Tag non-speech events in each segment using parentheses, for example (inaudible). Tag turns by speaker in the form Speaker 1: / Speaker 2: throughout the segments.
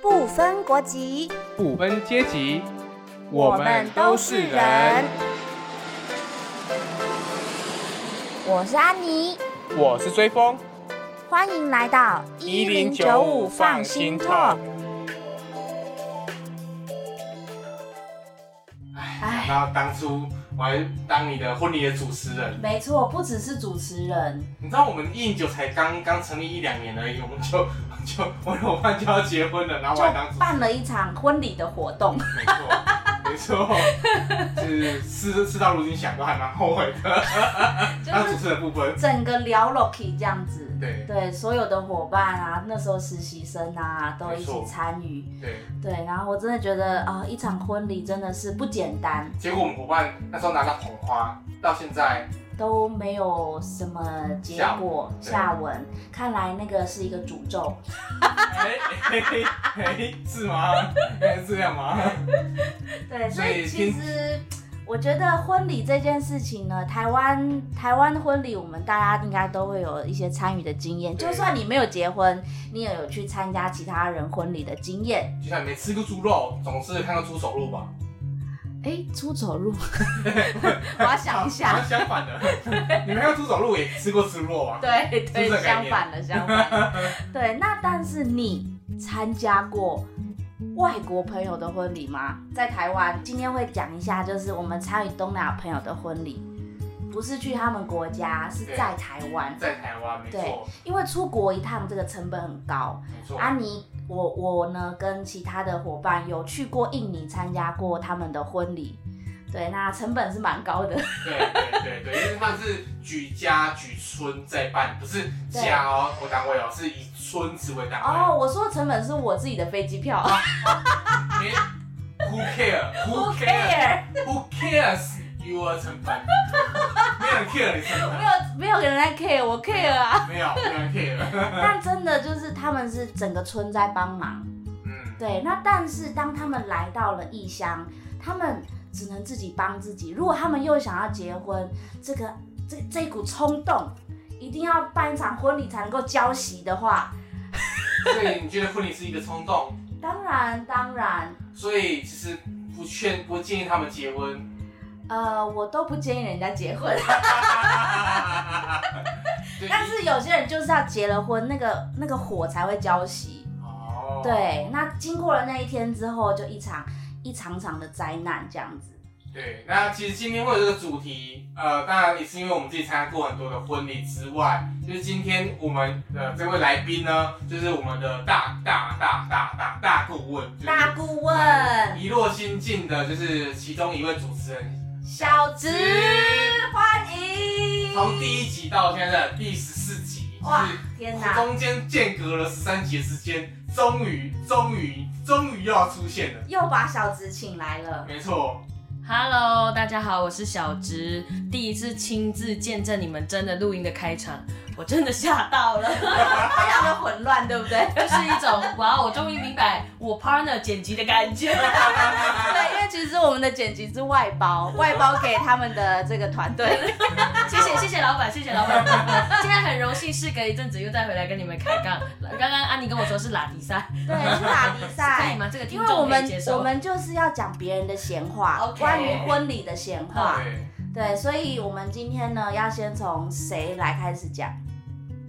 Speaker 1: 不分国籍，
Speaker 2: 不分阶级，
Speaker 1: 我们都是人。我是安妮，
Speaker 2: 我是追风，
Speaker 1: 欢迎来到
Speaker 2: 1095放心 Talk。
Speaker 3: 哎，然后当初我还当你的婚礼的主持人，
Speaker 4: 没错，不只是主持人，
Speaker 3: 你知道我们一零九才刚刚成立一两年而已，我们就 (laughs) 就我老伴就要结婚了，然后
Speaker 4: 就
Speaker 3: 我还当主持
Speaker 4: 办了一场婚礼的活
Speaker 3: (laughs)
Speaker 4: 动。
Speaker 3: 人，没错，没错，就是事事到如今想都还蛮后悔的，当主持人不分，
Speaker 4: 整个聊 Loki 这样子，
Speaker 3: 对
Speaker 4: 所有的伙伴啊，那时候实习生啊，都一
Speaker 3: 没错
Speaker 4: 起参与，
Speaker 3: 对，
Speaker 4: 对，然后我真的觉得啊、一场婚礼真的是不简单，
Speaker 3: 结果我们伙伴那时候拿到捧花，到现在
Speaker 4: 都没有什么结果
Speaker 3: 下
Speaker 4: 下文，看来那个是一个诅咒，
Speaker 3: 哎哎哎哎，是吗？哎是这样吗？
Speaker 4: 对，所以
Speaker 3: 所
Speaker 4: 其
Speaker 3: 以
Speaker 4: 实。我觉得婚礼这件事情呢，台湾台湾婚礼，我们大家应该都会有一些参与的经验。
Speaker 3: 对
Speaker 4: 就算你没有结婚，你也有去参加其他人婚礼的经验。
Speaker 3: 就算没吃过猪肉，总是看到猪手肉吧。
Speaker 4: 哎，出走 (laughs) 路，我要想一
Speaker 3: 好
Speaker 4: 下
Speaker 3: 像。相反的，你们看猪手肉也吃过猪肉啊？
Speaker 4: (laughs) 对
Speaker 3: 是
Speaker 4: 对
Speaker 3: 这个，概
Speaker 4: 相
Speaker 3: 念
Speaker 4: 反了，相反
Speaker 3: (laughs)
Speaker 4: 了。对，那但是你参加过外国朋友的婚礼吗？在台湾，今天会讲一下，就是我们参与东南亚朋友的婚礼，不是去他们国家，是
Speaker 3: 对
Speaker 4: 在台湾，
Speaker 3: 在台湾，没错，
Speaker 4: 因为出国一趟这个成本很高。
Speaker 3: 没错。
Speaker 4: 安妮，我我呢跟其他的伙伴有去过印尼参加过他们的婚礼，对，那成本是蛮高的。
Speaker 3: 对对对对，因为它是举家举村在办，不是家哦，为单位哦，是以村子为单位。
Speaker 4: 哦，我说成本是我自己的飞机
Speaker 3: (laughs)
Speaker 4: 票。
Speaker 3: 哦你 Who care?
Speaker 4: Who
Speaker 3: Who care?
Speaker 4: care？
Speaker 3: Who cares? You are 成本，没有人 care 你成
Speaker 4: 没
Speaker 3: 本，
Speaker 4: 有没有人来 care，我 care 啊。 (laughs)
Speaker 3: 没有没有人 care。
Speaker 4: 但真的就是他们是整个村在帮忙，
Speaker 3: 嗯，
Speaker 4: 对。那但是当他们来到了异乡，他们只能自己帮自己。如果他们又想要结婚，这个这这一股冲动，一定要办一场婚礼才能够交席的话，
Speaker 3: 所以你觉得婚礼是一个冲动，
Speaker 4: 当然当然，
Speaker 3: 所以其实不劝不建议他们结婚。
Speaker 4: (laughs) 呃，我都不建议人家结婚。(laughs)
Speaker 3: 对
Speaker 4: 但是有些人就是要结了婚，那个那个火才会交熄。
Speaker 3: 哦，
Speaker 4: 对，那经过了那一天之后，就一场一场场的灾难这样子。
Speaker 3: 对，那其实今天会有这个主题，呃，当然也是因为我们自己参加过很多的婚礼之外，就是今天我们的这位来宾呢，就是我们的大大大大大大顾问，就是
Speaker 4: 大顾问
Speaker 3: 一落心境的，就是其中一位主持人，
Speaker 4: 小植，欢迎。
Speaker 3: 从第一集到现在的第十四集，
Speaker 4: 哇
Speaker 3: 就
Speaker 4: 天
Speaker 3: 是
Speaker 4: 哪，
Speaker 3: 中间间隔了十三集的时间，终于终于终于又要出现了，
Speaker 4: 又把小植请来
Speaker 3: (laughs)
Speaker 4: 了。
Speaker 3: 没错。
Speaker 5: Hello，大家好，我是小植，第一次亲自见证你们真的录音的开场，我真的吓到了， (laughs)
Speaker 4: 非常的混乱，对不对？
Speaker 5: 就是一种哇，我终于明白我 partner 剪辑的感
Speaker 4: (laughs)
Speaker 5: 觉。(laughs)
Speaker 4: 对，因为其实我们的剪辑是外包，外包给他们的这个团队。
Speaker 5: 谢谢谢谢老板，谢谢老板。 (laughs) 今天很荣幸，事隔一阵子又再回来跟你们开杠。刚刚安妮跟我说是拉迪赛，
Speaker 4: 对，是打比
Speaker 5: (laughs) 可以
Speaker 4: 赛。
Speaker 5: 吗？这个
Speaker 4: 因
Speaker 5: 听
Speaker 4: 为我
Speaker 5: 众可
Speaker 4: 们
Speaker 5: 以接受。
Speaker 4: 我们就是要讲别人的闲话
Speaker 5: OK
Speaker 4: 关于婚礼的闲话。
Speaker 3: 对，
Speaker 4: 对，所以我们今天呢，要先从谁来开始讲？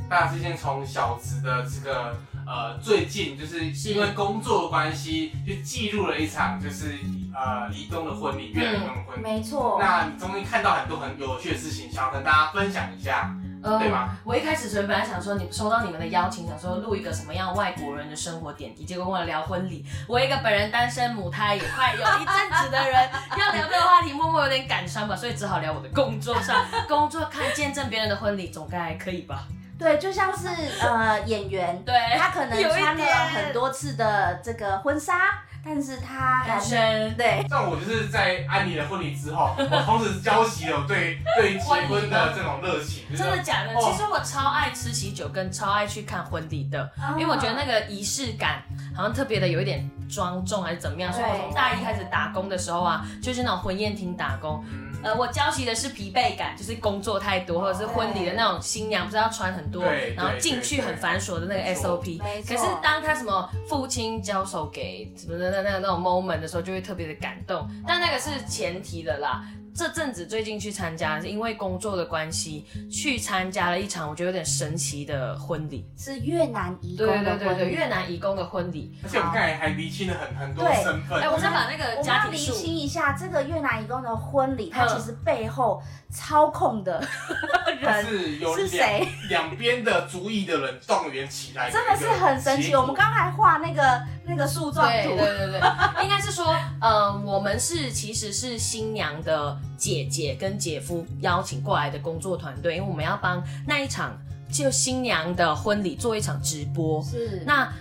Speaker 3: 那是先从小植的这个呃，最近就是因为工作的关系，就记录了一场就是呃移动的婚礼，越南移动的婚礼。
Speaker 4: 没错，
Speaker 3: 嗯那你终于看到很多很有趣的事情，想要跟大家分享一下，
Speaker 5: 呃
Speaker 3: 对吗？
Speaker 5: 我一开始本来想说，你收到你们的邀请，想说录一个什么样外国人的生活点滴，结果跟我聊婚礼。我一个本人单身母胎也快有一阵子的人，要聊这个话题，默默有点感伤吧，所以只好聊我的工作上。工作看见证别人的婚礼，总该可以吧？
Speaker 4: 对，就像是呃演员，
Speaker 5: 对，
Speaker 1: 哎
Speaker 4: 他可能
Speaker 5: 有一
Speaker 4: 穿了
Speaker 5: 点
Speaker 4: 很多次的这个婚纱，但是他还
Speaker 5: 单身。
Speaker 4: 对
Speaker 3: 像我就是在安妮的婚礼之后，我同时浇熄了我对对结婚的这种热情，就是
Speaker 5: 真的假的？
Speaker 3: 哦
Speaker 5: 其实我超爱吃喜酒，跟超爱去看婚礼的，因为我觉得那个仪式感好像特别的有一点庄重还是怎么样。所以我从大一开始打工的时候啊，就是那种婚宴厅打工，
Speaker 3: 嗯，
Speaker 5: 呃，我教习的是疲惫感，就是工作太多，或者是婚礼的那种新娘不是要穿很多
Speaker 3: 对，
Speaker 5: 然后
Speaker 3: 对
Speaker 5: 进去
Speaker 3: 对
Speaker 5: 很繁琐的那个
Speaker 3: 没错
Speaker 1: 哦
Speaker 5: SOP。
Speaker 4: 没
Speaker 5: 可
Speaker 4: 错
Speaker 5: 是当他什么父亲交手给什么的那那那种 moment 的时候，就会特别的感动。但那个是前提的啦。这阵子最近去参加，是因为工作的关系，去参加了一场我觉得有点神奇的婚礼。
Speaker 1: 是越南移工
Speaker 5: 对
Speaker 1: 的
Speaker 5: 对对
Speaker 1: 婚
Speaker 5: 对，
Speaker 1: 礼
Speaker 5: 越南移工的婚礼。
Speaker 3: 而且我们刚才还厘清了很很多
Speaker 1: 对
Speaker 3: 身份。
Speaker 5: 哎，我再把那
Speaker 1: 我
Speaker 5: 个
Speaker 1: 们要
Speaker 5: 家
Speaker 1: 厘
Speaker 5: 庭数
Speaker 1: 清一下，这个越南移工的婚礼，它
Speaker 5: 嗯
Speaker 1: 其实背后操
Speaker 5: (laughs)
Speaker 1: 控的
Speaker 3: 它
Speaker 1: 人，
Speaker 3: 是有
Speaker 1: 是
Speaker 3: 两
Speaker 1: 谁
Speaker 3: 两边的族裔的人动员起来，
Speaker 1: 真的是很神奇。我们刚才画那个那个树状
Speaker 5: 对
Speaker 1: 图，
Speaker 5: 对对 (laughs) 对，应该是说，呃，我们是其实是新娘的姐姐跟姐夫邀请过来的工作团队，因为我们要帮那一场就新娘的婚礼做一场直播。
Speaker 4: 是
Speaker 5: 那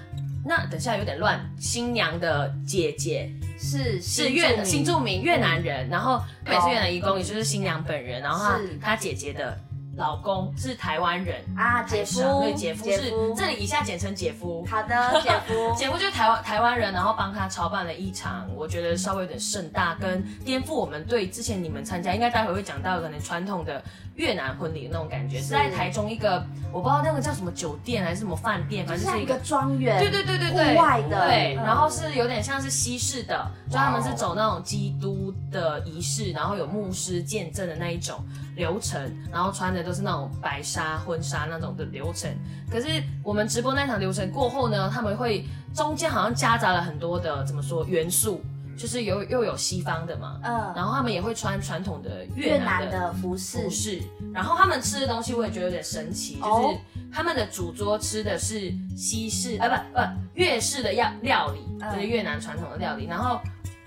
Speaker 5: 那等一下有点乱，新娘的姐姐
Speaker 4: 是
Speaker 5: 是越
Speaker 4: 南
Speaker 5: 新住民越南人，然后北是越南移工，也就是新娘本人，然后她
Speaker 4: 是
Speaker 5: 哦她姐姐的老公是台湾人，
Speaker 1: 啊，姐夫，
Speaker 5: 对姐夫哎是这里以下简称姐夫。
Speaker 1: 好的，姐
Speaker 5: (laughs)
Speaker 1: 夫，
Speaker 5: 姐夫就是台湾台湾人，然后帮他操办了一场，我觉得稍微有点盛大，跟颠覆我们对之前你们参加，应该待会会讲到可能传统的越南婚礼那种感觉，是在台中一个我不知道那个叫什么酒店还是什么饭店，
Speaker 1: 就
Speaker 5: 反正
Speaker 1: 像
Speaker 5: 是一
Speaker 1: 一
Speaker 5: 个
Speaker 1: 个庄园，
Speaker 5: 对对对对对
Speaker 1: 户外的，
Speaker 5: 对，
Speaker 1: 嗯哦
Speaker 5: 然后是有点像是西式的，就他们是走那种基督的仪式，然后有牧师见证的那一种流程，然后穿的都是那种白纱婚纱那种的流程。可是我们直播那场流程过后呢，他们会中间好像夹杂了很多的怎么说元素，就是有又有西方的嘛，
Speaker 1: 嗯，
Speaker 5: 然后他们也会穿传统的
Speaker 1: 越
Speaker 5: 越南
Speaker 1: 南
Speaker 5: 的
Speaker 1: 的服
Speaker 5: 是
Speaker 1: 饰，
Speaker 5: 是，然后他们吃的东西我也觉得有点神奇，就
Speaker 1: 哦
Speaker 5: 是他们的主桌吃的是西式，啊不不粤式的料料理，
Speaker 1: 嗯
Speaker 5: 就是越南传统的料理，然后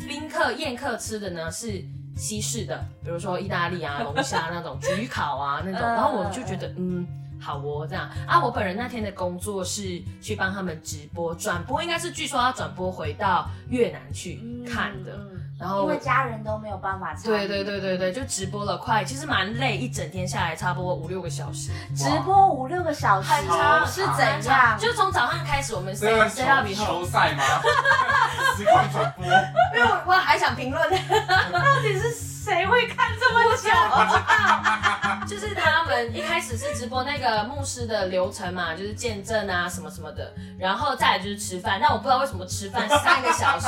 Speaker 5: 宾客宴客吃的呢是。西式的，比如说意大利啊、龙虾那种、焗烤啊那种，
Speaker 1: (laughs) 嗯
Speaker 5: 然后我就觉得，嗯，好哦，这样啊。我本人那天的工作是去帮他们直播转播，应该是据说要转播回到越南去
Speaker 1: 嗯
Speaker 5: 看的。
Speaker 1: 嗯
Speaker 5: 然后
Speaker 1: 因为家人都没有办法参
Speaker 5: 对
Speaker 1: 与
Speaker 5: 对，对对对，就直播了快，其实蛮累，一整天下来差不多五六个小时，
Speaker 1: 直播五六个小时，哦
Speaker 5: 很
Speaker 3: 长
Speaker 1: 是怎样？啊
Speaker 5: 就从早上开始我们
Speaker 3: 这个
Speaker 5: 谁
Speaker 3: 球
Speaker 5: 谁到比后，
Speaker 3: 球赛吗？ (laughs) 实况转
Speaker 1: (laughs)
Speaker 3: 播，
Speaker 5: 因为我我还想
Speaker 3: (laughs)
Speaker 5: 评论，
Speaker 4: 到底是谁会看这么久？
Speaker 1: 哦
Speaker 5: 就是他们一开始是直播那个牧师的流程嘛，就是见证啊什么什么的，然后再来就是吃饭，但我不知道为什么吃
Speaker 1: (laughs)
Speaker 5: 饭三个小时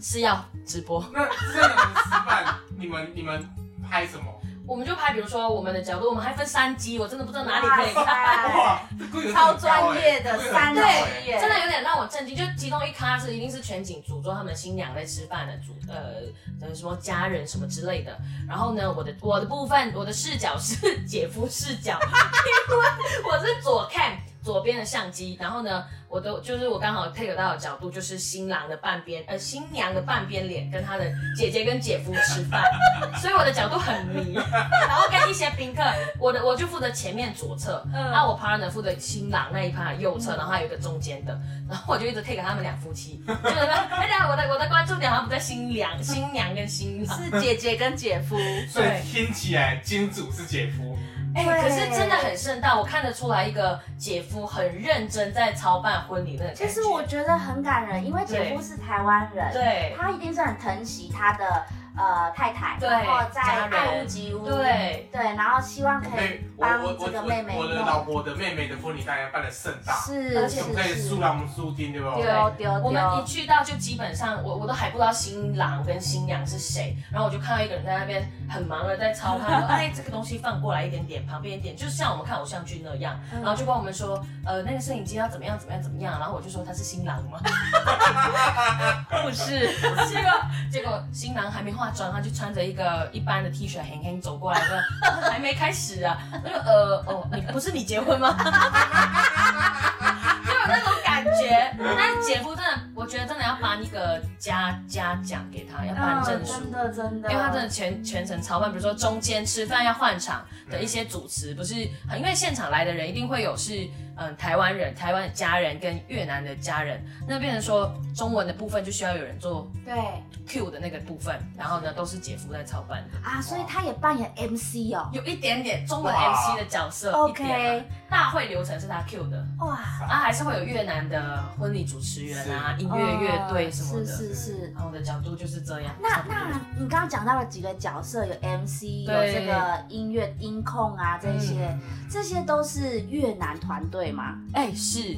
Speaker 5: 是要直播，
Speaker 3: 那这样的示范，你们你们拍什么？
Speaker 5: 我们就拍，比如说我们的角度，我们还分三机，我真的不知道哪里
Speaker 1: (laughs)
Speaker 5: 可以看。
Speaker 1: 看？
Speaker 3: 哇，这规格
Speaker 1: 哎超
Speaker 3: 很高
Speaker 1: 专
Speaker 3: 欸
Speaker 1: 业的
Speaker 3: 这规格
Speaker 1: 三
Speaker 3: 很
Speaker 1: 级
Speaker 3: 高欸
Speaker 1: 耶，
Speaker 5: 真的有点让我震惊，就其中一咖是一定是全景主桌他们新娘在吃饭的主呃呃 (laughs) 什么家人什么之类的，然后呢我的我的部分我的视角是姐夫视角， (laughs) 因为我是左看左边的相机，然后呢我都就是我刚好 take 到的角度就是新郎的半边呃新娘的半边脸跟他的姐姐跟姐夫吃饭， (laughs) 所以我的角度很迷，然后跟一些宾客，我的我就负责前面左侧，
Speaker 4: 嗯
Speaker 5: 啊那我 partner 负责新郎那一趴右侧，然后还有一个中间的， (laughs) 然后我就一直 take 他们俩夫妻， (laughs) 就是说哎呀，我的我的关注点好像不在新娘、新娘跟新郎，
Speaker 4: 是姐姐跟姐夫，
Speaker 3: 所以听起来金主是姐夫，
Speaker 5: 哎、
Speaker 1: 对
Speaker 5: 可是真的很盛大，我看得出来一个姐夫很认真在操办婚礼那个感觉。
Speaker 1: 其实我觉得很感人，因为姐夫是台湾人，
Speaker 5: 对
Speaker 1: 他一定是很疼惜他的呃太太，
Speaker 5: 对
Speaker 1: 然后在
Speaker 5: 家人
Speaker 1: 爱屋及乌，
Speaker 5: 对
Speaker 1: 对，然后希望可以
Speaker 3: 对，我
Speaker 1: 哎帮
Speaker 3: 我
Speaker 1: 这个妹妹
Speaker 3: 我我的老婆的妹妹的婚礼当然办的盛大，
Speaker 1: 是
Speaker 5: 而
Speaker 1: 是
Speaker 5: 且
Speaker 3: 我们可以
Speaker 1: 是
Speaker 3: 输，朗输丁对吧？
Speaker 5: 对
Speaker 1: 丢丢
Speaker 5: 我们一
Speaker 1: 丢，
Speaker 5: 去到就基本上，我我都还不知道新郎跟新娘是谁，然后我就看到一个人在那边很忙的在操
Speaker 1: (laughs)
Speaker 5: 他说，哎，这个东西放过来一点点，旁边一点，就是像我们看偶像剧那样，
Speaker 1: 嗯
Speaker 5: 然后就跟我们说，呃，那个摄影机要怎么样怎么样怎么样，然后我就说他是新郎
Speaker 1: (laughs)
Speaker 5: 吗？不是，结果结果新郎还没化妆，他就穿着一个一般的 T 恤，嘿嘿走过来说，还没开始啊，我就呃哦，你不是你结婚吗？ (laughs) 就有那种感觉。但是姐夫真的，我觉得真的要颁一个嘉嘉奖给
Speaker 4: 啊
Speaker 5: 他，要颁证书。
Speaker 1: 嗯真的真的，
Speaker 5: 因为他真的全全程操办，比如说中间吃饭要换场的一些主持，不是很因为现场来的人一定会有是嗯台湾人、台湾的家人跟越南的家人，那变成说中文的部分就需要有人做
Speaker 1: 对
Speaker 5: Q 的那个部分，然后呢都是姐夫在操办的，
Speaker 1: 啊，所以他也扮演 MC 哦。
Speaker 5: 有一点点中文
Speaker 3: 哇
Speaker 5: MC 的角色一点啊
Speaker 1: OK，
Speaker 5: 大会流程是他 Q 的，
Speaker 1: 哇，
Speaker 5: 啊，还是会有越南的婚礼主持人啊、音乐乐队什么的。
Speaker 4: 哦是是是。
Speaker 5: 然后我的角度就是这样。差
Speaker 4: 那
Speaker 5: 不多
Speaker 4: 那你刚刚讲到了几个角色，有 MC，有
Speaker 5: 对嗯
Speaker 4: 这个音乐音控啊，这些、
Speaker 3: 嗯
Speaker 4: 这些都是越南团队吗？
Speaker 5: 哎、是。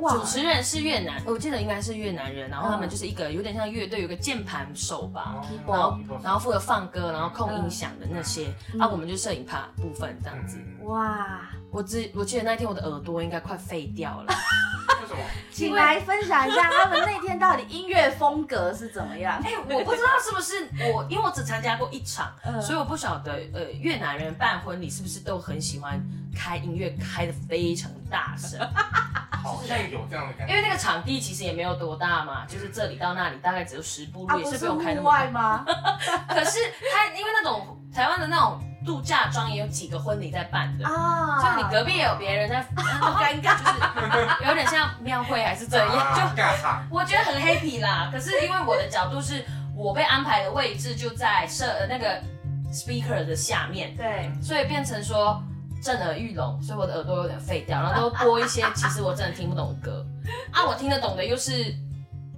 Speaker 4: 哇
Speaker 5: 主持人是越南，我记得应该是越南人，然后他们就是一个有点像乐队，有个键盘手
Speaker 3: 哦
Speaker 5: 吧，然后然后负责放歌，然后控音响的那些，
Speaker 4: 嗯
Speaker 5: 啊，我们就摄影趴部分这样子。
Speaker 3: 嗯
Speaker 4: 哇！
Speaker 5: 我只我记得那天我的耳朵应该快废掉了，
Speaker 3: 为什么？
Speaker 4: 请来分享一下他们那天到底音乐风格是怎么样？
Speaker 5: (laughs) 哎、我不知道是不是我，因为我只参加过一场，
Speaker 4: 嗯
Speaker 5: (laughs) 所以我不晓得呃越南人办婚礼是不是都很喜欢开音乐开的非常大 (laughs) 声，
Speaker 3: 好像有这样的感
Speaker 5: 因
Speaker 3: 觉。
Speaker 5: 为那个场地其实也没有多大嘛，就是这里到那里大概只有十步
Speaker 4: 啊，
Speaker 5: 路，也
Speaker 4: 不
Speaker 5: 是不
Speaker 4: 是
Speaker 5: 用开那
Speaker 4: 户
Speaker 5: 么大
Speaker 4: 外吗？
Speaker 5: 可是他因为那种台湾的那种度假庄也有几个婚礼在办的，
Speaker 4: 啊，
Speaker 5: 所以你隔壁也有
Speaker 4: (laughs)
Speaker 5: 别人在，那么尴尬，就是有点像庙会还是怎
Speaker 4: 啊
Speaker 5: 样，就
Speaker 3: 啊尬场，
Speaker 5: 我觉得很 happy 啦。可是因为我的角度是我被安排的位置就在设呃那个 speaker 的下面，
Speaker 4: 对，
Speaker 5: 所以变成说震耳欲聋，所以我的耳朵有点废掉，然后都播一些其实我真的听不懂的
Speaker 4: (laughs)
Speaker 5: 歌啊，我听得懂的又是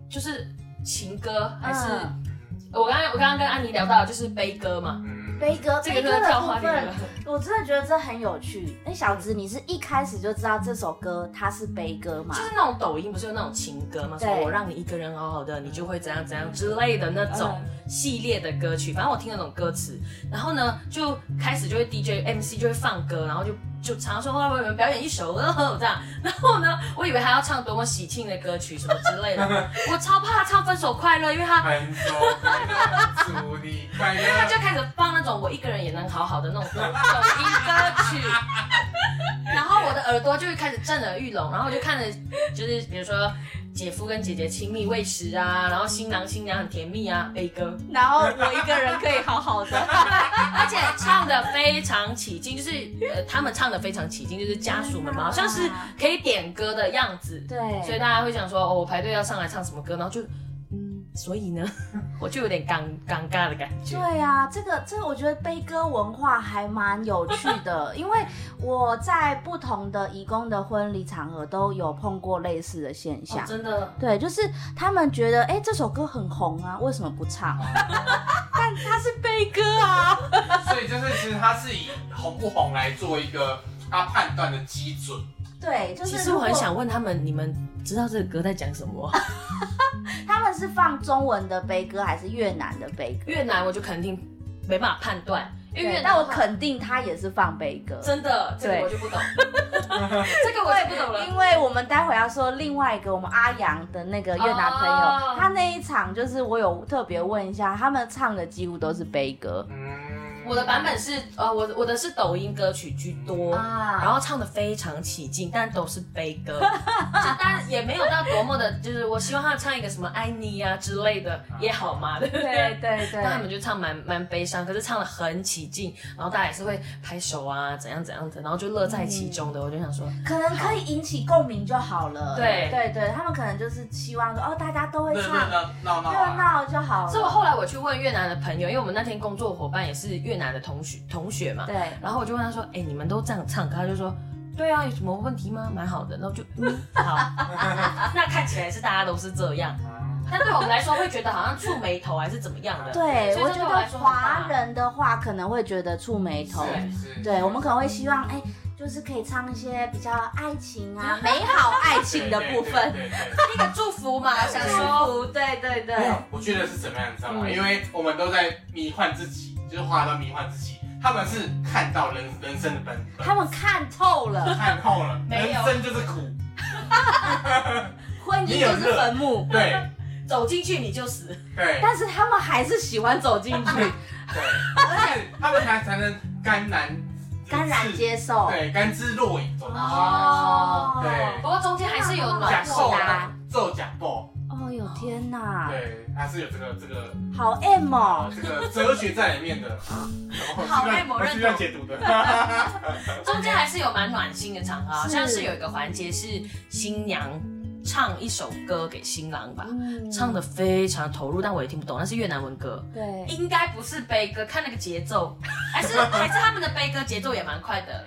Speaker 5: 就是情歌还是。
Speaker 4: 嗯
Speaker 5: 我刚刚我刚刚跟安妮聊到的就是悲歌嘛，
Speaker 3: 嗯，
Speaker 4: 悲歌，
Speaker 5: 这
Speaker 4: 悲
Speaker 5: 个就
Speaker 4: 歌
Speaker 5: 是
Speaker 4: 的
Speaker 5: 跳
Speaker 4: 部
Speaker 5: 花恋
Speaker 4: 分
Speaker 5: 了，。
Speaker 4: 我真的觉得这很有趣。哎，小子，你是一开始就知道这首歌它是悲歌吗
Speaker 5: 就？是那种抖音不是有那种情歌吗？
Speaker 4: 对
Speaker 5: 说我让你一个人好好的，你就会怎样怎样之类的那种系列的歌曲。反正我听得懂歌词，然后呢就开始就会 DJ MC 就会放歌，然后就就常常说哦我们表演一首哦这样。然后呢，我以为他要唱多么喜庆的歌曲什么之 (laughs) 类的，我超怕他唱分手快乐，因为他
Speaker 3: 分手快乐，祝你快
Speaker 5: 他就
Speaker 3: 乐。
Speaker 5: 开始放那种我一个人也能好好的那种抖音歌曲，然后我的耳朵就会开始震耳欲聋，然后我就看着就是比如说姐夫跟姐姐亲密喂食啊，然后新郎新娘很甜蜜啊，悲歌，
Speaker 4: 然后我一个人可以好好的，
Speaker 5: 而且唱的非常起劲，就是呃他们唱的非常起劲，就是家属们嘛，好像是可以点歌的样子，
Speaker 4: 对，
Speaker 5: 所以大家会想说哦我排队要上来唱什么歌，然后就嗯所以呢，我就有点尴尴尬的感觉。
Speaker 4: 对啊，这个这个，我觉得悲歌文化还蛮有趣
Speaker 5: (laughs)
Speaker 4: 的，因为我在不同的移工的婚礼场合都有碰过类似的现象。
Speaker 5: 哦真的，
Speaker 4: 对，就是他们觉得，哎、这首歌很红啊，为什么不唱？但它是悲歌啊。
Speaker 3: 所以就是其实他是以红不红来做一个他判断的基准。
Speaker 4: 对，就是
Speaker 5: 其实我很
Speaker 4: 如果
Speaker 5: 想问他们，你们知道这个歌在讲什么？
Speaker 4: 他们是放中文的悲歌还是越南的悲歌？
Speaker 5: (laughs) 越南我就肯定没办法判断，因为越
Speaker 4: 对，
Speaker 5: 南
Speaker 4: 但我
Speaker 5: 的话
Speaker 4: 肯定他也是放悲歌。
Speaker 5: 真的这
Speaker 4: 对
Speaker 5: 个我就
Speaker 4: (laughs)
Speaker 5: 不懂，这个我就不懂了。
Speaker 4: 因为我们待会要说另外一个我们阿阳的那个越南朋友
Speaker 5: 哦
Speaker 4: 他那一场就是我有特别问一下，他们唱的几乎都是悲歌
Speaker 3: 嗯，
Speaker 5: 我的版本是呃，我我的是抖音歌曲居多。
Speaker 4: 啊
Speaker 5: 然后唱的非常起劲，但都是悲
Speaker 4: (laughs)
Speaker 5: 歌，就但也没有到多么的，就是我希望他唱一个什么爱你啊之类的也好嘛，对不
Speaker 4: 对
Speaker 5: 对？
Speaker 4: 对
Speaker 5: 但他们
Speaker 4: 对，
Speaker 5: 就唱蛮蛮悲伤，可是唱的很起劲，然后大家也是会拍手啊，怎样怎样的，然后就乐在
Speaker 4: 嗯
Speaker 5: 其中的。我就想说，
Speaker 4: 可能可以引起共鸣就好了。
Speaker 5: 对
Speaker 4: 对对，他们可能就是期望说哦，大家都会
Speaker 3: 热
Speaker 4: 唱，
Speaker 3: 热闹闹
Speaker 4: 热
Speaker 3: 啊，
Speaker 4: 闹就好了。
Speaker 5: 是我后来我去问越南的朋友，因为我们那天工作伙伴也是越南的同学同学嘛，
Speaker 4: 对，
Speaker 5: 然后我就问他说：“哎、你们都这样唱歌？”他就说：“对啊，有什么问题吗？蛮好的。”然后就嗯
Speaker 4: (laughs)
Speaker 5: 好，那看起来是大家都是这样，
Speaker 3: 啊
Speaker 5: 但对我们来说会觉得好像蹙眉头还是怎么样的。
Speaker 4: 对，
Speaker 5: 所以
Speaker 4: 我
Speaker 5: 这
Speaker 4: 觉
Speaker 5: 对我来
Speaker 4: 得
Speaker 5: 说很啊大
Speaker 4: 华人的话可能会觉得触眉头，
Speaker 3: 是是
Speaker 4: 对我们可能会希望哎。就是可以唱一些比较爱情
Speaker 5: (laughs)
Speaker 4: 啊、美好爱情的部分，
Speaker 3: 对。对对对对
Speaker 5: 那个祝福嘛，想说
Speaker 4: 福，对对对
Speaker 3: 我觉得是怎么样，你知道吗？
Speaker 5: 嗯
Speaker 3: 因为我们都在迷幻自己，就是花到迷幻自己。他们是看到人人生的本本，
Speaker 4: 他们看透了，
Speaker 3: 看透了，
Speaker 5: 没
Speaker 3: 人
Speaker 5: 有
Speaker 3: 生就是苦。
Speaker 4: 婚姻
Speaker 3: 你
Speaker 4: 就
Speaker 3: 有
Speaker 4: 是坟墓，
Speaker 3: 对
Speaker 5: 走进去你就死，
Speaker 3: 对
Speaker 4: 但是他们还是喜欢走进去，
Speaker 3: 对，而且他们才才能甘然
Speaker 4: 甘然接受。
Speaker 3: 对甘之若饴走进去。
Speaker 5: 哦
Speaker 3: 对，
Speaker 5: 不过中间还是有
Speaker 3: 假
Speaker 5: 暖
Speaker 3: 扣
Speaker 5: 和
Speaker 4: 假扣
Speaker 5: 啦。
Speaker 4: 啊
Speaker 3: 奏假爆，
Speaker 4: 哦哟天哪，
Speaker 3: 对，它是有这个这个
Speaker 4: 好 M 哦，
Speaker 3: 这个哲学在里面的。
Speaker 5: 好
Speaker 3: 我是
Speaker 5: 被某
Speaker 3: 我
Speaker 5: 认
Speaker 3: 是这样
Speaker 5: 同
Speaker 3: 解读的。
Speaker 5: 中间还是有蛮暖心的场合，好啊
Speaker 4: 是
Speaker 5: 像是有一个环节是新娘唱一首歌给新郎吧，
Speaker 4: 嗯
Speaker 5: 唱的非常投入，但我也听不懂，那是越南文歌，
Speaker 4: 对，
Speaker 5: 应该不是悲歌，看那个节奏， (laughs) 还是还是他们的悲歌节奏也蛮快的，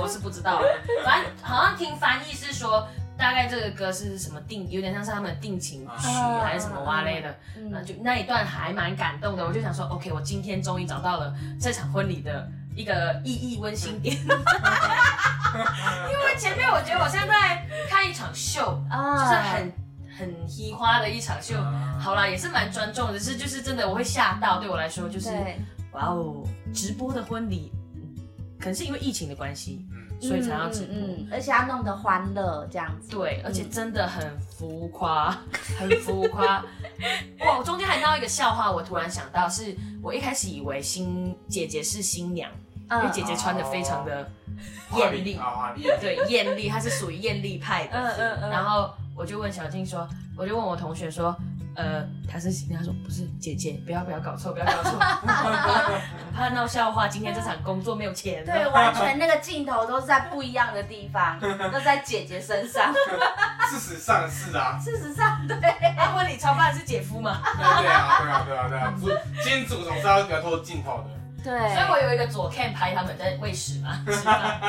Speaker 5: 我是不知道的，反正好像听翻译是说。大概这个歌是什么定，有点像是他们的定情曲
Speaker 4: 啊
Speaker 5: 还是什么哇嘞的，
Speaker 4: 嗯
Speaker 5: 那就那一段还蛮感动的。我就想说，OK，我今天终于找到了这场婚礼的一个意义温馨点， (laughs) 因为前面我觉得我像在看一场秀，
Speaker 4: 啊
Speaker 5: 就是很很稀花的一场秀。好啦，也是蛮庄重的，只是就是真的我会吓到，对我来说就是
Speaker 4: 对，
Speaker 5: 哇哦，直播的婚礼，嗯可能是因为疫情的关系，
Speaker 3: 嗯
Speaker 5: 所以才要直播。
Speaker 4: 嗯，嗯而且要弄得欢乐这样子。
Speaker 5: 对，而且
Speaker 4: 嗯
Speaker 5: 真的很浮夸， (laughs) 很浮夸。哇，我中间还闹一个笑话，我突然想到是，我一开始以为新姐姐是新娘，
Speaker 4: 嗯
Speaker 5: 因为姐姐穿的非常的艳丽，
Speaker 3: 啊，华丽，
Speaker 5: 对，艳丽，她是属于艳丽派的。
Speaker 4: 嗯嗯嗯
Speaker 5: 然后我就问小静说，我就问我同学说，呃，她是新娘，她说不是，姐姐，不要不要搞错，不要搞错， (laughs) 很怕闹笑话。今天这场工作没有钱了。
Speaker 4: 对， (laughs) 完全那个镜头都是在不一样的地 (laughs) 方，都在姐姐身上。
Speaker 3: 事实上是啊，
Speaker 4: 事实上，对，
Speaker 5: 啊，婚礼超办是姐夫嘛？
Speaker 3: 对啊，对啊，对啊，对啊，主今天主总是要聊透镜头的。
Speaker 4: 对
Speaker 5: 所以我有一个左 cam 拍他们在喂食嘛，吃饭，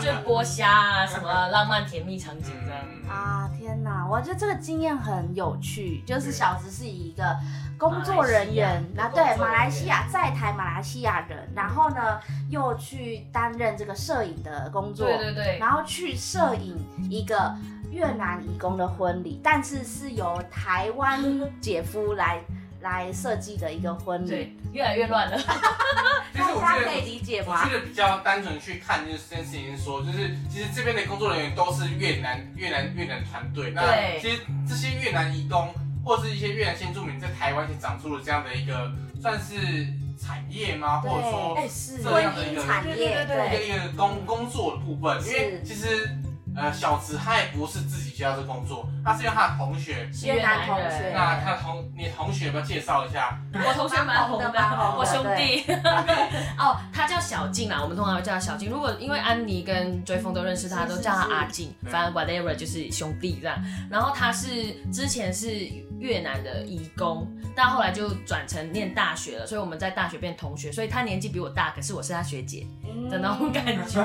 Speaker 5: 就剥虾啊，什么浪漫甜蜜场景这样。
Speaker 3: 嗯，
Speaker 4: 啊，天哪！我觉得这个经验很有趣，就是小子是以一个工作人员，
Speaker 5: 马来西亚
Speaker 4: 然后
Speaker 5: 工
Speaker 4: 对
Speaker 5: 作人员
Speaker 4: 马来西亚在台马来西亚人，然后呢又去担任这个摄影的工作，
Speaker 5: 对对对，
Speaker 4: 然后去摄影一个越南移工的婚礼，但是是由台湾姐夫来来设计的一个婚礼，
Speaker 5: 对，越来越乱了。
Speaker 3: 其实我
Speaker 4: 大
Speaker 3: 觉
Speaker 4: 家
Speaker 3: 得
Speaker 4: 可以理解
Speaker 3: 我
Speaker 4: 吗
Speaker 3: 记？得比较单纯去看就是这件事情，说就是其实这边的工作人员都是越南越南越南团队，那
Speaker 5: 对
Speaker 3: 其实这些越南移工或是一些越南先住民在台湾也长出了这样的一个算是产业吗？
Speaker 4: 对
Speaker 3: 或者说
Speaker 5: 哎，是
Speaker 3: 这
Speaker 4: 婚
Speaker 3: 样的一
Speaker 4: 姻
Speaker 3: 个
Speaker 4: 产业，
Speaker 5: 对对对
Speaker 3: 一个一个工工作的部分，因为
Speaker 4: 是
Speaker 3: 其实呃小池他也不是自己接到这工作，他是因为他的同学。
Speaker 5: 是
Speaker 4: 越南同
Speaker 5: 人
Speaker 4: 学
Speaker 3: 那他同你同学要不要介绍一下？
Speaker 5: (laughs) 我同学蛮红的，
Speaker 4: 蛮红的
Speaker 5: 我兄弟。哦，他叫小静啦，我们通常会叫他小静。如果因为安妮跟追风都认识他，
Speaker 4: 是
Speaker 5: 都
Speaker 4: 是
Speaker 5: 叫他阿静，
Speaker 3: 是
Speaker 5: 反正 whatever 就是兄弟这样。然后他是之前是越南的义工，但后来就转成念大学了，所以我们在大学变同学。所以他年纪比我大，可是我是他学姐
Speaker 4: 嗯
Speaker 5: 的那种感觉。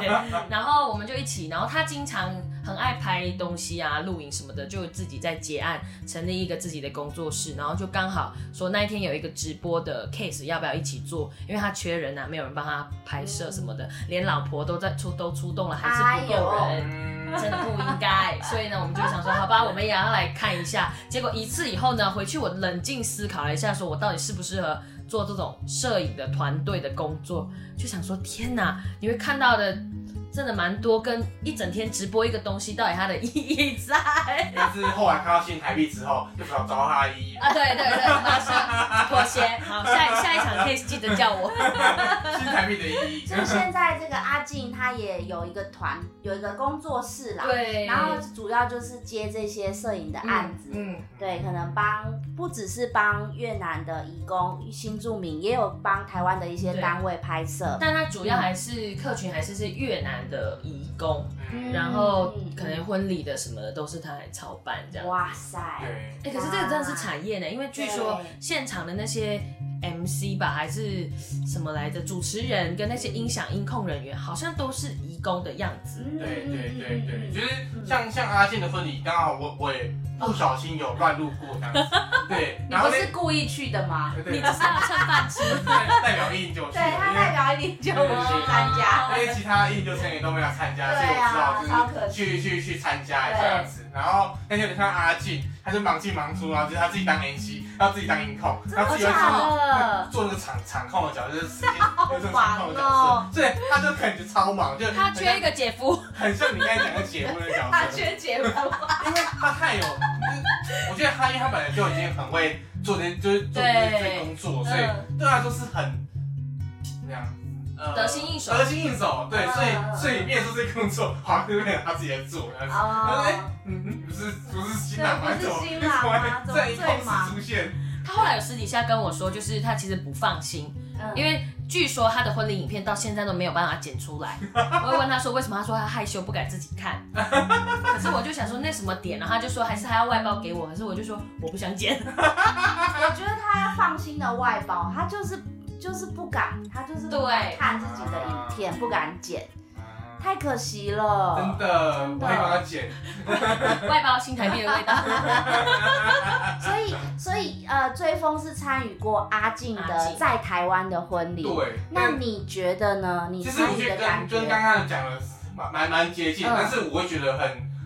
Speaker 5: 然后我们就一起，然后他经常很爱拍东西啊、录影什么的，就自己在结案，成立一个自己的工作室，然后就刚好说那一天有一个直播的 case，要不要一起做？因为他缺人啊，没有人帮他拍摄什么的，连老婆都在出都出动了，还是不够
Speaker 4: 哎
Speaker 5: 人。
Speaker 3: 嗯，
Speaker 5: 真的不应该，所以呢，我们就想说，好吧，我们也要来看一下。结果一次以后呢，回去我冷静思考了一下，说我到底适不适合做这种摄影的团队的工作，就想说，天哪，你会看到的真的蛮多，跟一整天直播一个东西，到底它的意义在？
Speaker 3: 但是后来看到新台币之后，就找找他的意义。
Speaker 5: 啊，对对对，马上妥协。好，下一下一场 case 记得叫我。
Speaker 3: 新台币的意义。
Speaker 4: 所以现在这个阿静她也有一个团，有一个工作室啦，
Speaker 5: 对
Speaker 4: 然后主要就是接这些摄影的案子，
Speaker 5: 嗯，
Speaker 4: 对，可能帮不只是帮越南的移工、新住民，也有帮台湾的一些
Speaker 5: 对
Speaker 4: 单位拍摄。
Speaker 5: 但它主要还是客群还是是越南的移工，
Speaker 3: 嗯
Speaker 5: 然后可能婚礼的什么的都是他来操办这样。
Speaker 4: 哇塞，
Speaker 3: 对，
Speaker 5: 哎、可是这个真的是产业呢，因为据说
Speaker 4: 对
Speaker 5: 现场的那些 MC 吧，还是什么来着，主持人跟那些音响音控人员，好像都是移工的样子。 (laughs)
Speaker 4: 嗯
Speaker 3: 对对对对，
Speaker 4: 嗯
Speaker 3: 就是像像阿信的婚礼，刚好我我也不小心有乱入过这样子，对，
Speaker 4: 你
Speaker 3: 然后
Speaker 4: 不
Speaker 3: 那
Speaker 4: 是故意去的吗？
Speaker 3: 对
Speaker 5: 你
Speaker 3: 对
Speaker 5: 只是要蹭饭吃，
Speaker 3: 代代表应就去
Speaker 4: 对
Speaker 3: 了，
Speaker 4: 他
Speaker 3: 因为
Speaker 4: 代表一定就不去参加。
Speaker 3: 因为其他应就成员都没有参加，所以
Speaker 4: 对啊
Speaker 3: 我只好
Speaker 4: 超
Speaker 3: 就
Speaker 4: 可
Speaker 3: 是
Speaker 4: 惜
Speaker 3: 去去去参加一下这样子。然后那天我就看到阿静，他就忙进忙出，然后就是他自己当 MC，然后自己当音控，然后自己又自
Speaker 4: 假
Speaker 3: 己
Speaker 4: 的？
Speaker 3: 做那个场场控的角色，就是时间有这种场控的角
Speaker 4: 好
Speaker 3: 色，所以他就感觉超忙，就
Speaker 5: 他
Speaker 3: 很像
Speaker 5: 缺一个姐夫，
Speaker 3: 很像你刚才讲的姐夫的角
Speaker 4: 他
Speaker 3: 色，
Speaker 4: 缺节目，
Speaker 3: 因为他太有，就是我觉得他因为他本来就已经很会做这就是做这
Speaker 5: 对
Speaker 3: 些工作，所以对他来说是很怎么样？呃
Speaker 5: 得心应手
Speaker 3: 得心应手，对，
Speaker 4: 嗯
Speaker 3: 所以
Speaker 4: 嗯
Speaker 3: 所以面试这个工作好像就是他自己在做，然后他说哎
Speaker 4: 哦，，
Speaker 3: 嗯嗯，不是不是新郎吗？
Speaker 4: 对不是
Speaker 3: 怎么
Speaker 4: 新郎吗
Speaker 3: 怎么在一
Speaker 4: 怎么
Speaker 3: 公
Speaker 4: 最忙
Speaker 3: 司出现？
Speaker 5: 他后来有私底下跟我说，就是他其实不放心，因
Speaker 4: 为
Speaker 5: 为据说他的婚礼影片到现在都没有办法剪出
Speaker 4: (laughs)
Speaker 5: 来。我会问他说为什么，他说他害羞不敢自己看。可是我就想说那什么点，然后他就说还是他要外包给我，可是我就说我不想剪。 (laughs)
Speaker 4: 我觉得他要放心的外包，他就是就是不敢，他就是不敢
Speaker 5: 对
Speaker 4: 看自己的影片，不敢剪。太可惜了。
Speaker 3: 真的，我会帮他剪。
Speaker 5: 外包新台币的味道。
Speaker 4: 所以，所以呃，追风是参与过阿静
Speaker 5: 阿
Speaker 4: 的
Speaker 5: 静
Speaker 4: 在台湾的婚礼。
Speaker 3: 对，
Speaker 4: 那
Speaker 3: 但
Speaker 4: 你觉得呢？你
Speaker 3: 其实我
Speaker 4: 参与
Speaker 3: 觉
Speaker 4: 的
Speaker 3: 得
Speaker 4: 感
Speaker 3: 跟
Speaker 4: 觉
Speaker 3: 跟？刚刚讲的蛮蛮蛮接近，
Speaker 4: 嗯
Speaker 3: 但是我会觉得很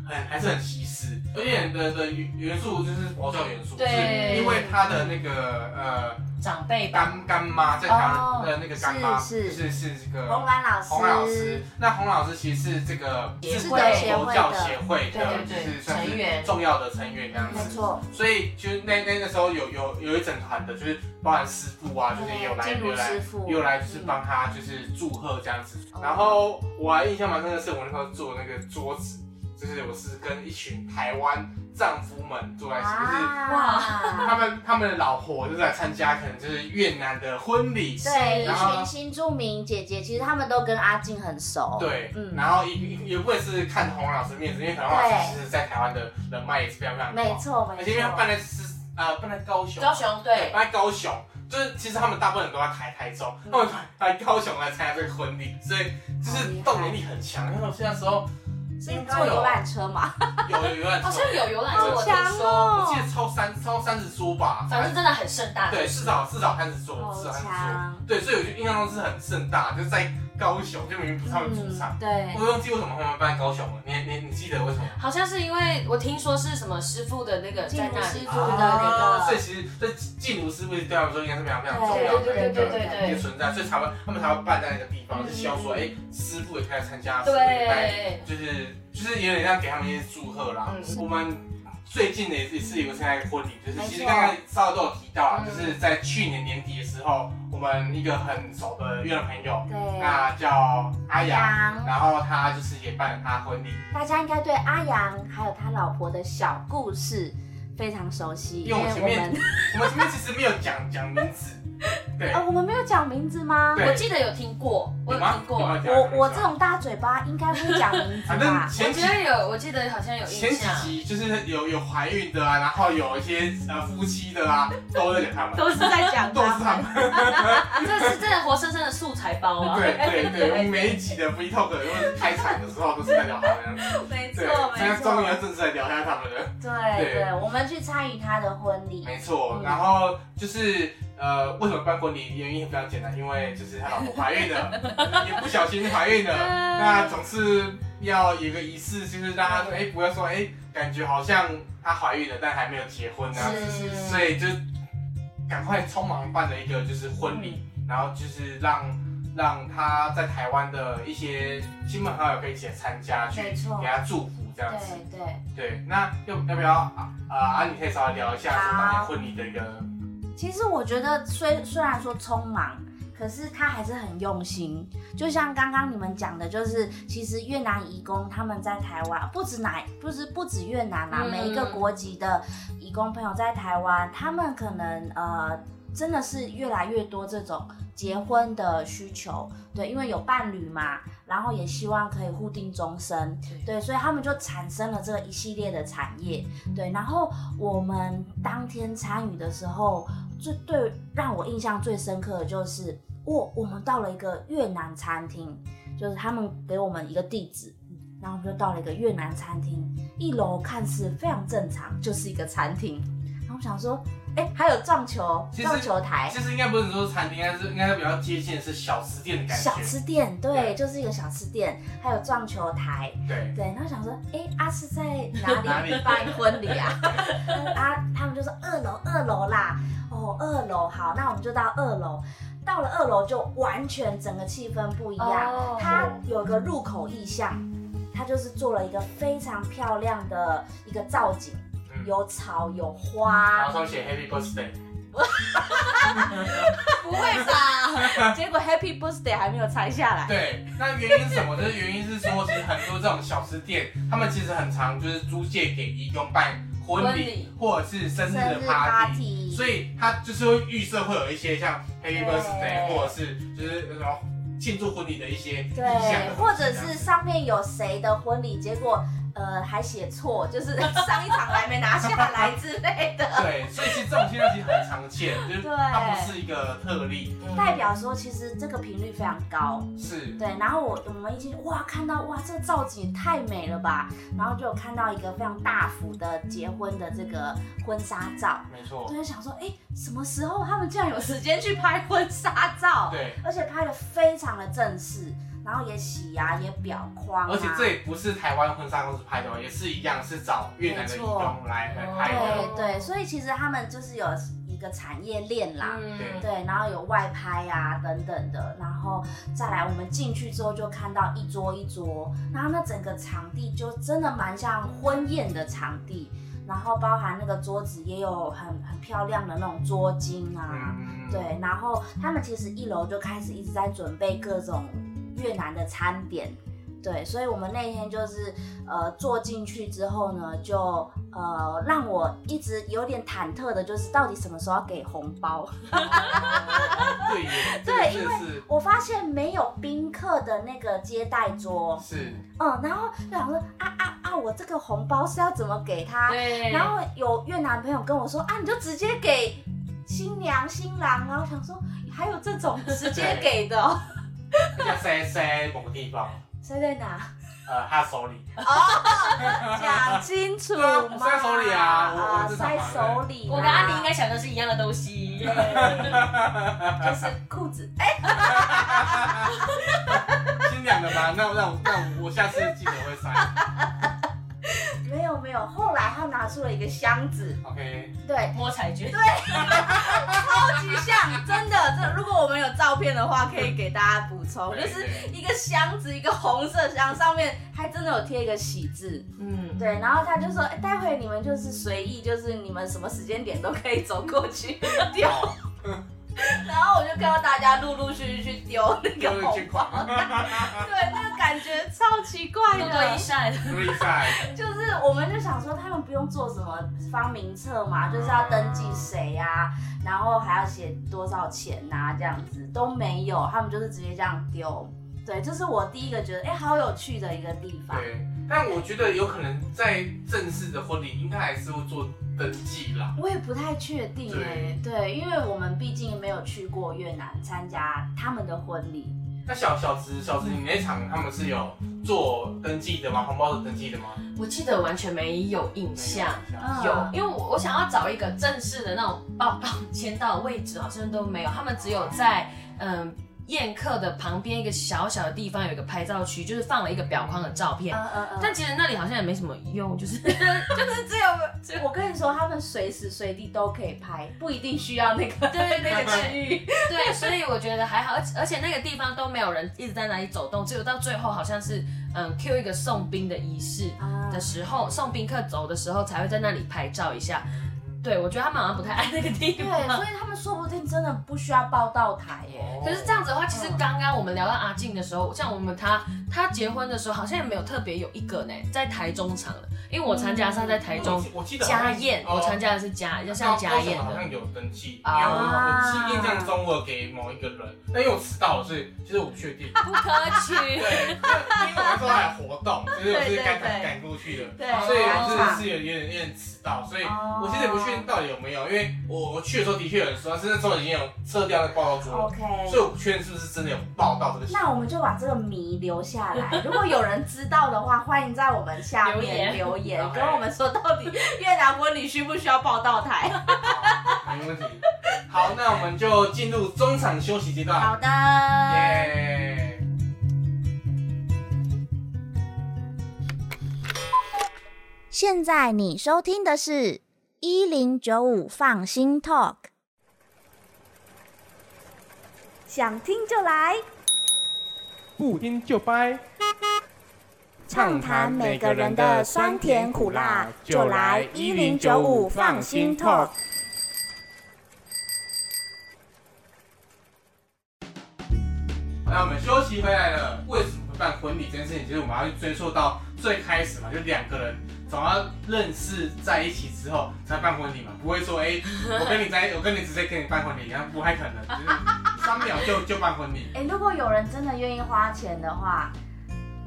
Speaker 3: 很还是很西式，有
Speaker 4: 嗯
Speaker 3: 点的的元元素就是佛教元素，
Speaker 5: 对
Speaker 3: 是因为他的那个呃
Speaker 5: 长辈吧，
Speaker 3: 干干妈在他
Speaker 4: 哦
Speaker 3: 的那个干妈
Speaker 4: 是
Speaker 3: 是是这个
Speaker 4: 红蓝老师，
Speaker 3: 洪老师，那洪老师其实是这个
Speaker 5: 是
Speaker 3: 是
Speaker 5: 的
Speaker 4: 协
Speaker 3: 佛
Speaker 4: 会
Speaker 3: 教
Speaker 4: 的
Speaker 3: 协会的，
Speaker 5: 对对
Speaker 3: 就
Speaker 5: 对
Speaker 3: 是算
Speaker 5: 成
Speaker 3: 是
Speaker 5: 员
Speaker 3: 重要的成员这样
Speaker 4: 没
Speaker 3: 子。
Speaker 4: 错，
Speaker 3: 所以就是那那那时候有有有一整团的，就是包含师傅啊，就是也有来
Speaker 4: 金
Speaker 3: 也有
Speaker 4: 如
Speaker 3: 来
Speaker 4: 师傅，
Speaker 3: 又来就是帮他就是祝贺这样子
Speaker 4: 嗯哦。
Speaker 3: 然后我还印象蛮深的是，我那时候坐那个桌子，就是我是跟一群台湾丈夫们坐在一起，就是
Speaker 4: 啊哇，
Speaker 3: 他们他们的老婆就是来参加，可能就是越南的婚礼。
Speaker 4: 对，一
Speaker 3: 然后
Speaker 4: 群新著名姐姐，其实他们都跟阿静很熟。
Speaker 3: 对，
Speaker 4: 嗯
Speaker 3: 然后也也不会是看洪老师面子，因为洪老师其实在台湾的人脉也是非常非常
Speaker 4: 没
Speaker 3: 广，
Speaker 4: 错没
Speaker 3: 而且因为他
Speaker 4: 错
Speaker 3: 办。在是呃办在高雄，
Speaker 5: 高雄对，
Speaker 3: 来高雄，就是其实他们大部分人都在台台中，他们来高雄来参加这个婚礼，所以就是动员力很强。因为我现在时候
Speaker 4: 是坐游览车嘛？
Speaker 3: 有有有人
Speaker 5: 好
Speaker 3: 抽，
Speaker 5: 像有游览车，我听
Speaker 4: 好强
Speaker 5: 说，
Speaker 3: 我记得超三超三十桌吧，
Speaker 5: 反正真的很盛大。
Speaker 3: 对，至少至少三十桌，至
Speaker 4: 好
Speaker 3: 少三十桌。
Speaker 4: 强，
Speaker 3: 对，所以我就印象中是很盛大，就是在高雄，就明明不是他们主场。
Speaker 4: 嗯对
Speaker 3: 我忘记为什么他们办高雄了，你你你记得为什么？
Speaker 5: 好像是因为我听说是什么师傅的那个
Speaker 4: 进
Speaker 5: 在
Speaker 4: 入
Speaker 5: 那
Speaker 4: 师
Speaker 5: 里
Speaker 4: 傅的那
Speaker 3: 所以
Speaker 4: 个，
Speaker 3: 其实这静茹师傅对他们说应该是非常非常重要
Speaker 5: 对
Speaker 3: 的。
Speaker 5: 哦对对对对
Speaker 3: 也
Speaker 5: 对
Speaker 3: 存在，所以才会他们才会办在那个地方，
Speaker 5: 嗯
Speaker 3: 是希望说，哎、师傅也可以来参加，师傅也可以来
Speaker 5: 对，
Speaker 3: 就是就是有点像给他们一些祝贺啦。
Speaker 5: 嗯
Speaker 3: 我们最近的也是也是有个参加一个婚礼，就是
Speaker 4: 没错
Speaker 3: 其实刚刚稍微都有提到啦，
Speaker 5: 嗯
Speaker 3: 就是在去年年底的时候，我们一个很熟的越南朋友，
Speaker 4: 对，
Speaker 3: 那叫阿
Speaker 4: 阿
Speaker 3: 阳，
Speaker 4: 阳，
Speaker 3: 然后他就是也办了他婚礼，
Speaker 4: 大家应该对阿阳还有他老婆的小故事非常熟悉，
Speaker 3: 因为我前面我们前面其实没有讲讲名字，对，
Speaker 4: 啊，我们没有讲名字吗？
Speaker 3: 对
Speaker 5: 哦我记得有听过，我有
Speaker 3: 有吗
Speaker 5: 听过
Speaker 3: 有，吗
Speaker 4: 我我这种大嘴巴应该会讲名字
Speaker 3: 啊 (laughs) 反正
Speaker 4: 吧？
Speaker 3: 前
Speaker 5: 我
Speaker 3: 几
Speaker 5: 觉得有，我记得好像有
Speaker 3: 前
Speaker 5: 印
Speaker 3: 几
Speaker 5: 象，
Speaker 3: 集就是有有怀孕的啊，然后有一些呃夫妻的 (laughs) 啊，都在讲他们，
Speaker 4: 都是在讲
Speaker 3: 都是
Speaker 4: 他
Speaker 3: 他
Speaker 4: 们。
Speaker 3: 们。
Speaker 5: 这是真的活生生的素材包啊。
Speaker 3: 对 (laughs) 对对，我们每一集的 V Talk 如果是开场的时候都是在聊他们，
Speaker 4: 没
Speaker 3: 对，现在终于要正式来聊一下他们了，
Speaker 4: 对
Speaker 3: 对
Speaker 4: 对，我们去参与他的婚礼，
Speaker 3: 没错
Speaker 4: 嗯。
Speaker 3: 然后就是呃，为什么办婚礼？原因非常简单，因为就是他老婆怀孕了， (laughs) 也不小心怀孕了，那总是要有一个仪式，就是让他说，哎，不要说，哎，感觉好像她怀孕了，但还没有结婚啊，
Speaker 5: 是是
Speaker 3: 所以就赶快匆忙办了一个就是婚礼，
Speaker 4: 嗯
Speaker 3: 然后就是让让他在台湾的一些亲朋好友可以一起来参加，去
Speaker 4: 没错
Speaker 3: 给他祝福这样子。
Speaker 4: 对对。
Speaker 3: 对，那要要不要啊啊？啊你可以稍微聊一下说当年婚礼的一个，
Speaker 4: 其实我觉得虽虽然说匆忙。可是他还是很用心，就像刚刚你们讲的，就是其实越南移工他们在台湾，不止哪不是不止越南啦、
Speaker 5: 嗯
Speaker 4: 每一个国籍的移工朋友在台湾，他们可能呃真的是越来越多这种结婚的需求，对，因为有伴侣嘛，然后也希望可以互定终身，对，所以他们就产生了这个一系列的产业。对，然后我们当天参与的时候，最对让我印象最深刻的就是，我我们到了一个越南餐厅，就是他们给我们一个地址，然后我们就到了一个越南餐厅，一楼看似非常正常，就是一个餐厅。然后我想说，哎，还有撞球
Speaker 3: 其实
Speaker 4: 撞球台。
Speaker 3: 其实应该不是说餐厅，但是应该比较接近的是小吃店的感
Speaker 4: 小
Speaker 3: 觉。
Speaker 4: 吃店，对，
Speaker 3: 对
Speaker 4: 就是一个小吃店，还有撞球台，
Speaker 3: 对，
Speaker 4: 对，然后想说，哎、啊是在哪里
Speaker 3: 哪里
Speaker 4: 办婚礼啊？ (laughs) 啊，他们就说二楼，二楼啦，哦，二楼，好，那我们就到二楼。到了二楼就完全整个气氛不一样，
Speaker 5: 哦
Speaker 4: 它有个入口意象，它就是做了一个非常漂亮的一个造景，
Speaker 3: 嗯
Speaker 4: 有啊草有
Speaker 3: 然
Speaker 4: 花
Speaker 3: 后，上面写 Happy Birthday，
Speaker 4: 不会吧？结果 Happy Birthday 还没有拆下来，
Speaker 3: 对，那原因是什么？就是原因是说，其实很多这种小吃店，他们其实很常就是租借给义工办婚
Speaker 5: 婚
Speaker 3: 礼
Speaker 5: 礼
Speaker 3: 或者是生日
Speaker 4: 生
Speaker 3: 的
Speaker 4: 日
Speaker 3: party。
Speaker 4: party，
Speaker 3: 所以他就是会预设会有一些像 Happy
Speaker 4: 对
Speaker 3: Birthday，或者是就是那种庆祝婚礼的一些意向啊
Speaker 4: 对
Speaker 3: 的，东西
Speaker 4: 或者是上面有谁的婚礼，结果。呃还写错，就是 (laughs) 上一场来没拿下来之类的，
Speaker 3: 对，所以其实这种现象其实很常见，就是
Speaker 4: 对嗯
Speaker 3: 它不是一个特例，
Speaker 4: 代表说其实这个频率非常高。
Speaker 3: 是
Speaker 4: 对，然后我我们一进去哇，看到哇，这个造景也太美了吧！然后就有看到一个非常大幅的结婚的这个婚纱照，
Speaker 3: 没错
Speaker 4: 我，就想说，哎，什么时候他们竟然有时间去拍婚纱照？
Speaker 3: 对，
Speaker 4: 而且拍的非常的正式，然后也洗啊，也裱框啊，
Speaker 3: 而且这也不是台湾婚纱公司拍的哦，也是一样是找越南的移工来来拍的，哦
Speaker 4: 对对，所以其实他们就是有一个产业链啦。
Speaker 5: 嗯，
Speaker 4: 对，然后有外拍啊等等的，然后再来我们进去之后就看到一桌一桌，然后那整个场地就真的蛮像婚宴的场地，然后包含那个桌子也有很很漂亮的那种桌巾啊，
Speaker 3: 嗯，
Speaker 4: 对，然后他们其实一楼就开始一直在准备各种越南的餐点。对，所以我们那天就是，呃，坐进去之后呢，就呃，让我一直有点忐忑的，就是到底什么时候要给红包？
Speaker 3: 对耶，
Speaker 4: 对
Speaker 3: 这个是
Speaker 4: 我发现没有宾客的那个接待桌，
Speaker 3: 是
Speaker 4: 嗯，然后就想说啊啊啊，我这个红包是要怎么给他？
Speaker 5: 对，
Speaker 4: 然后有越南朋友跟我说啊，你就直接给新娘新郎啊，我想说还有这种直接给的
Speaker 3: (laughs)
Speaker 4: 哦、
Speaker 3: 要塞塞某个地方，
Speaker 4: 塞在哪？
Speaker 3: 呃，他手里，
Speaker 4: 讲清楚
Speaker 3: 对啊
Speaker 4: 嘛，
Speaker 3: 塞手里啊我
Speaker 4: 啊
Speaker 3: 我知道
Speaker 4: 塞
Speaker 3: 嘛
Speaker 4: 手里啦，
Speaker 5: 我跟阿迪应
Speaker 3: 啊
Speaker 5: 该想的是一样的东西。
Speaker 4: 就是裤子，哎、
Speaker 3: (laughs) 新娘的吗？那那我那我下次记得会塞
Speaker 4: 没有没有，后来他拿出了一个箱子，
Speaker 3: ，OK，
Speaker 4: 对，
Speaker 5: 摸彩券，
Speaker 4: 超级像，真的。这如果我们有照片的话，可以给大家补充，就
Speaker 3: 对
Speaker 4: 是一个箱子，一个红色箱，上面还真的有贴一个喜字。
Speaker 5: 嗯，
Speaker 4: 对，然后他就说，哎待会你们就是随意，就是你们什么时间点都可以走过去 (laughs) 丢。
Speaker 3: 哦
Speaker 4: 然后我就看到大家陆陆续续去丢那个
Speaker 3: 就是
Speaker 4: 红
Speaker 3: 去
Speaker 4: 包，对，那个感觉超奇怪
Speaker 5: 多多益
Speaker 4: 的。
Speaker 5: 善，
Speaker 3: 瑞塞，
Speaker 4: 就是我们就想说，他们不用做什么方名册嘛，就是要登记谁呀、然后还要写多少钱呐、这样子都没有，他们就是直接这样丢。对，这是我第一个觉得，哎、好有趣的一个地方。
Speaker 3: 对，但我觉得有可能在正式的婚礼应该还是会做登记啦，
Speaker 4: 我也不太确定哎、
Speaker 3: 对
Speaker 4: 对，因为我们毕竟没有去过越南参加他们的婚礼，
Speaker 3: 那小小子小子，你那场他们是有做登记的吗？红包是登记的吗？
Speaker 5: 我记得完全没有印象。
Speaker 4: 嗯
Speaker 5: 有，因为我我想要找一个正式的那种报到签到的位置，好像都没有，他们只有在嗯。宴客的旁边一个小小的地方有一个拍照区，就是放了一个表框的照片，
Speaker 4: 嗯嗯嗯
Speaker 5: 但其实那里好像也没什么用，就是就是只有只有
Speaker 4: 我跟你说，他们随时随地都可以拍，不一定需要那个
Speaker 5: 对
Speaker 4: 那个区域。
Speaker 5: 对，所以我觉得还好，而且而且那个地方都没有人一直在那里走动，只有到最后好像是嗯 Q 一个送宾的仪式
Speaker 4: 啊
Speaker 5: 的时候，送宾客走的时候才会在那里拍照一下。对，我觉得他们好像不太爱那个地
Speaker 4: 对，
Speaker 5: 方。
Speaker 4: 所以他们说不定真的不需要报到台耶。
Speaker 5: 可是这样子的话，其实刚刚我们聊到阿静的时候，像我们她她结婚的时候，好像也没有特别有一个呢，在台中场的，因为我参加是在台中
Speaker 3: 嗯我记得哦
Speaker 5: 家宴，我参加的是家，要像家宴
Speaker 3: 好
Speaker 5: 的，
Speaker 3: 像有登记，因为
Speaker 5: 啊
Speaker 3: 我我记印象中我有给某一个人，但因为我迟到了，所以其实我不确定。
Speaker 4: (laughs)
Speaker 5: 不可取
Speaker 3: 对，因。为因为我那时候还有活动，就是我是赶赶赶过去的，
Speaker 4: 对 (laughs)
Speaker 3: 所以
Speaker 4: 赶
Speaker 3: 我
Speaker 4: 场
Speaker 3: 是是有有点有点迟到，所以
Speaker 4: 哦
Speaker 3: 我其实也不确定到底有没有，因为我我去的时候的确有人说，但是那时候已经有撤掉那个报到桌了，所
Speaker 4: OK，
Speaker 3: 以我不确定是不是真的有报到这个行为。
Speaker 4: 那我们就把这个谜留下来。如果有人知道的话，欢迎在我们下
Speaker 5: 留言
Speaker 4: 面留言，
Speaker 3: OK
Speaker 4: 跟我们说到底越南婚礼需不需要报到 (laughs) 台。
Speaker 3: 好没问题。好，那我们就进入中场休息阶段。
Speaker 4: 好的。
Speaker 3: 耶！
Speaker 6: 现在你收听的是一零九五放心 Talk。
Speaker 4: 想听就来，
Speaker 2: 不听就掰，
Speaker 6: 畅谈每个人的酸甜苦辣，就来一零九五放心 Talk。
Speaker 3: 那我们休息回来了。为什么会办婚礼这件事情？其实我们要去追溯到最开始嘛，就两个人总要认识在一起之后才办婚礼嘛，不会说哎、我跟你在，我跟你直接跟你办婚礼，那不太可能，就是三秒就就办婚礼。
Speaker 4: 哎、如果有人真的愿意花钱的话，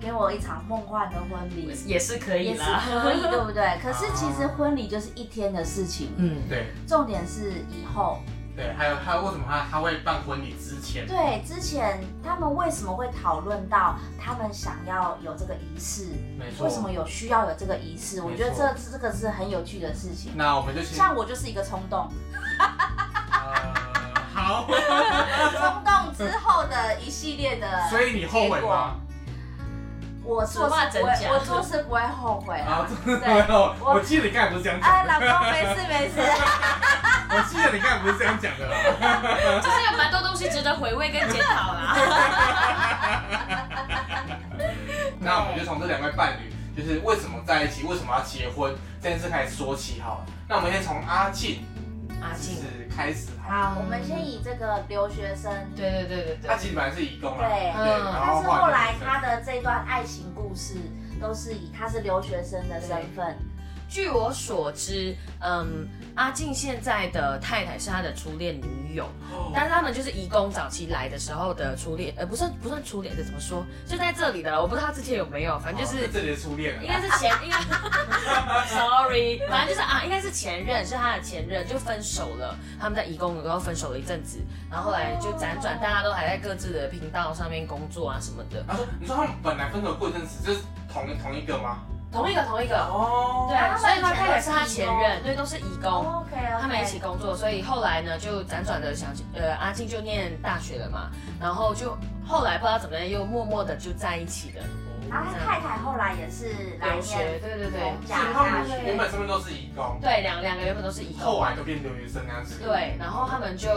Speaker 4: 给我一场梦幻的婚礼，
Speaker 5: 也是可以
Speaker 4: 也是
Speaker 5: 啦。
Speaker 4: 可以，对不对？可是其实婚礼就是一天的事情，
Speaker 5: 嗯，
Speaker 3: 对
Speaker 4: 重点是以后。
Speaker 3: 对，还有他为什么他他会办婚礼之前？
Speaker 4: 对，之前他们为什么会讨论到他们想要有这个仪式？
Speaker 3: 没错，
Speaker 4: 为什么有需要有这个仪式？
Speaker 3: 没错
Speaker 4: 我觉得这这个是很有趣的事情。
Speaker 3: 那我们就请
Speaker 4: 像我就是一个冲动，
Speaker 3: (laughs)
Speaker 4: (laughs)
Speaker 3: 呃好，
Speaker 4: 冲动之后的一系列的，
Speaker 3: 所以你后悔吗？啊
Speaker 4: 我做
Speaker 5: 此话
Speaker 4: 事
Speaker 5: 怎
Speaker 4: 不会，
Speaker 5: 讲
Speaker 4: 我做事不会后悔啊
Speaker 3: 啊，。真的
Speaker 4: 对，
Speaker 3: 哦
Speaker 4: 我
Speaker 3: 我记得你刚才不是这样
Speaker 4: 哎，老
Speaker 3: 讲的，
Speaker 4: 公没事没事，
Speaker 3: 我记得你刚才不是这样讲的
Speaker 4: (laughs)
Speaker 3: 啦。
Speaker 5: 就是有蛮多东西值得回味跟检讨啦。
Speaker 3: 那我们就从这两位伴侣，就是为什么在一起，为什么要结婚这件事开始说起好了。那我们先从阿庆
Speaker 5: 阿
Speaker 3: 就
Speaker 5: 静，
Speaker 3: 是开始好了。
Speaker 4: 好，我们先以这个留学生，
Speaker 5: 对对对对
Speaker 3: 他
Speaker 5: 对，
Speaker 3: 其实本来是移工
Speaker 4: 对
Speaker 3: 啊，对，
Speaker 5: 嗯
Speaker 3: 然
Speaker 4: 但
Speaker 3: 后
Speaker 4: 是后
Speaker 3: 换
Speaker 4: 来
Speaker 3: 了
Speaker 4: 他的这段爱情故事都是以他是留学生的身份，
Speaker 5: 据我所知，嗯，阿静现在的太太是他的初恋女友，
Speaker 3: 哦
Speaker 5: 但是他们就是移工早期来的时候的初恋，呃，不算不算初恋的，怎么说？就在这里的，我不知道他之前有没有，反正就是
Speaker 3: 哦这里的初恋了。
Speaker 5: 应该是 (laughs) 前，应该，sorry，反正就是啊，应该是前任，是他的前任，就分手了。他们在移工的时候分手了一阵子，然后后来就辗转，大家都还在各自的频道上面工作啊什么的。
Speaker 3: 他说：“你说他们本来分手过一阵子，就是同一同一个吗
Speaker 5: 同一个，同一？”个，
Speaker 3: 哦，
Speaker 5: 对，所以他太太是他前任，对，都是移工。
Speaker 4: OK OK，
Speaker 5: 哦他们一起工作，所以后来呢，就辗转的想起，呃，阿静就念大学了嘛，然后就后来不知道怎么样，又默默的就在一起了。
Speaker 4: 然后啊他太太后来也是来
Speaker 5: 留学，
Speaker 4: 念
Speaker 5: 对对
Speaker 4: 同
Speaker 5: 对，
Speaker 3: 所以
Speaker 4: 家
Speaker 3: 他
Speaker 4: 大
Speaker 3: 们原
Speaker 4: 学，
Speaker 3: 本身份都是移工，
Speaker 5: 对，两两个原本都是移工
Speaker 3: 后。来都变留学生那啊样子。
Speaker 5: 对，然后他们就，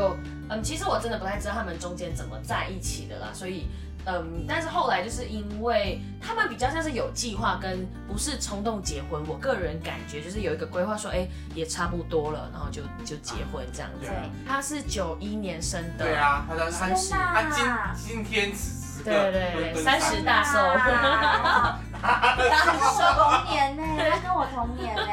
Speaker 5: 嗯，其实我真的不太知道他们中间怎么在一起的啦，所以，嗯，但是后来就是因为他们比较像是有计划跟不是冲动结婚，我个人感觉就是有一个规划说，哎，也差不多了，然后就就结婚这样子
Speaker 3: 对啊。
Speaker 5: 他是九一年生的，
Speaker 3: 对，啊，他他他
Speaker 4: 天哪
Speaker 3: 他今今天此时此刻
Speaker 5: 对对对，
Speaker 3: 奔
Speaker 5: 三
Speaker 3: 奔
Speaker 5: 十大寿，
Speaker 3: (laughs)
Speaker 4: 啊他跟我同年呢、他跟我同年呢、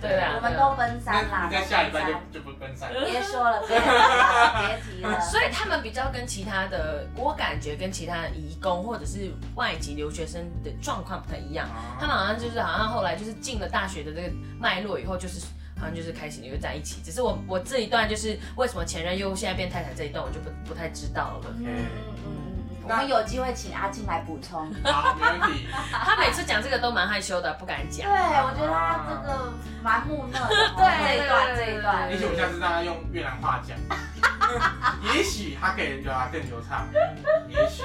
Speaker 5: 对啊，
Speaker 4: 我们
Speaker 5: 对啊
Speaker 4: 都奔三
Speaker 3: 那
Speaker 4: 啦，
Speaker 3: 你在下礼拜
Speaker 4: 都奔
Speaker 3: 就就不奔三
Speaker 4: 三。别说了，别提了，别提了。
Speaker 5: 所以他们比较跟其他的，我感觉跟其他的移工或者是外籍留学生的状况不太一样。他们好像就是好像后来就是进了大学的这个脉络以后，就是好像就是开始又在一起。只是我我这一段就是为什么前任又现在变太太这一段，我就不不太知道了。
Speaker 4: 嗯嗯嗯嗯，我
Speaker 3: 那
Speaker 4: 们有机会请阿静来补充。
Speaker 3: (laughs) 好，没问题。
Speaker 5: 他每次讲这个都蛮害羞的，不敢
Speaker 4: 对，
Speaker 5: 讲。
Speaker 4: 我觉得他这个蛮木讷的哦，
Speaker 5: 对
Speaker 4: 这一段
Speaker 5: 对
Speaker 4: 这
Speaker 5: 对
Speaker 4: 一段
Speaker 3: 也。许我们下次让他用越南话讲， (laughs) 也许他可以让他更流畅，也许。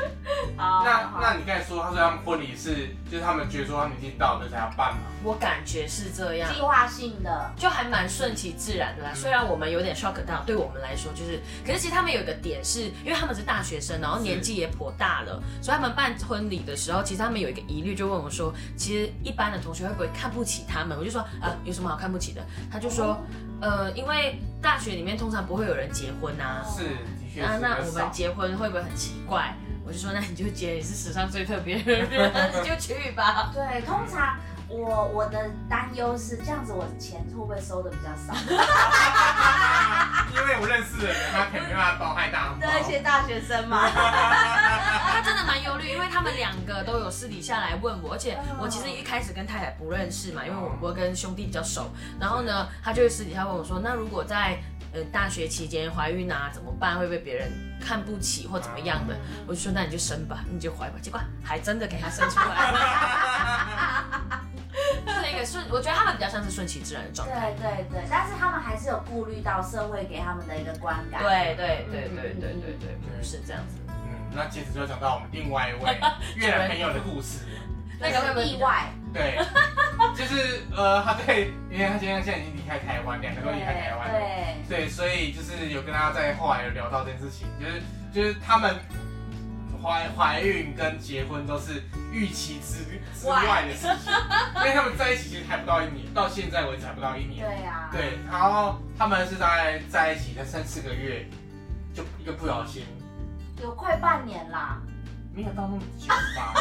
Speaker 4: 好
Speaker 3: 那
Speaker 4: 好
Speaker 3: 那你刚才说，他说他们婚礼是，就是他们觉得说他们已经到了才要办嘛？
Speaker 5: 我感觉是这样。
Speaker 4: 计划性的，
Speaker 5: 就还蛮顺其自然的啦。
Speaker 3: 嗯
Speaker 5: 虽然我们有点 shock 到，对我们来说就是，可是其实他们有一个点是，因为他们是大学生，然后年纪也颇大了，所以他们办婚礼的时候，其实他们有一个疑虑，就问我说，其实一般的同学会不会看不起他们？我就说，啊，有什么好看不起的？他就说，呃，因为大学里面通常不会有人结婚呐、
Speaker 3: 是，的确是
Speaker 5: 啊，
Speaker 3: 比
Speaker 5: 那
Speaker 3: 较
Speaker 5: 我们
Speaker 3: 少。
Speaker 5: 结婚会不会很奇怪？我就说，那你就结，你是史上最特别的
Speaker 3: (laughs)
Speaker 5: 人，你就去吧。
Speaker 4: 对，通常我我的担忧是这样子，我钱会不会收的比较少？
Speaker 3: 因为我认识的人，他肯定没办法包太大红包。
Speaker 4: 对，一些大学生嘛。
Speaker 5: 他真的蛮忧虑，因为他们两个都有私底下来问我，而且我其实一开始跟太太不认识嘛，因为我我跟兄弟比较熟，然后呢，他就会私底下问我说，那如果在呃大学期间怀孕啊怎么办？会被别人看不起或怎么样的？我就说那你就生吧，你就怀吧，结果还真的给他生出来。就是一个顺，我觉得他们比较像是顺其自然的状态。
Speaker 4: 对对对，但是他们还是有顾虑到社会给他们的一个观感。
Speaker 5: 对对对对对对对，是这样子。
Speaker 3: (laughs) 嗯，那接着就要讲到我们另外一位越南朋友的故事。
Speaker 5: 那
Speaker 4: 就
Speaker 5: 个会不
Speaker 4: 是
Speaker 5: 会
Speaker 4: 意外，
Speaker 3: 对，就是呃，他在，因为他现在现在已经离开台湾，两个都离开台湾了。
Speaker 4: 对
Speaker 3: 对，所以就是有跟大家在后来有聊到这件事情，就是就是他们怀怀孕跟结婚都是预期之之外的事情，因为他们在一起其实还不到一年，到现在为止还不到一
Speaker 4: 对
Speaker 3: 年。
Speaker 4: 对啊，
Speaker 3: 对，然后他们是大概在一起才三四个月，就一个不小心，
Speaker 4: 有快半年啦，
Speaker 3: 没有到那么久吧，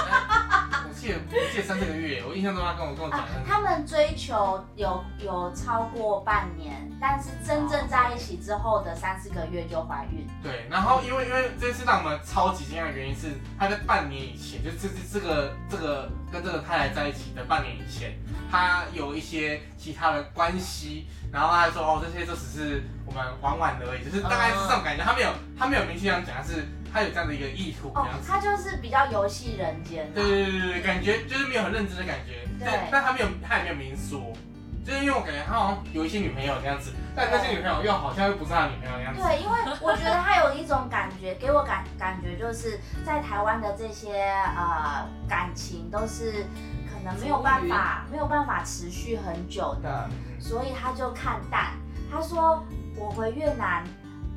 Speaker 3: 我记得我记得三四个月，我印象中他跟我跟我讲
Speaker 4: 啊
Speaker 3: 的，
Speaker 4: 他们追求有有超过半年，但是真正在一起之后的三四个月就怀孕。
Speaker 3: 对，然后因为因为哦这次让我们超级惊讶的原因是，他在半年以前，就这这这个这个跟这个太太在一起的半年以前，他有一些其他的关系，然后他还说哦这些就只是我们玩玩而已，就是大概是这种感觉，他没有他没有明确这样讲，但是他有这样的一个意图这
Speaker 4: 哦
Speaker 3: 样，子。
Speaker 4: 他就是比较游戏人间、啊。
Speaker 3: 对对对对对，感觉就是没有很认真的感觉，
Speaker 4: 对
Speaker 3: 但但他没有他也没有明说，就是因为我感觉他好像有一些女朋友这样子，但那些女朋友又好像又不是他的女朋友这样子。
Speaker 4: 对，因为我觉得他有一种感觉，给我感感觉就是在台湾的这些呃感情都是可能没有办法没有办法持续很久的，所以他就看淡。他说我回越南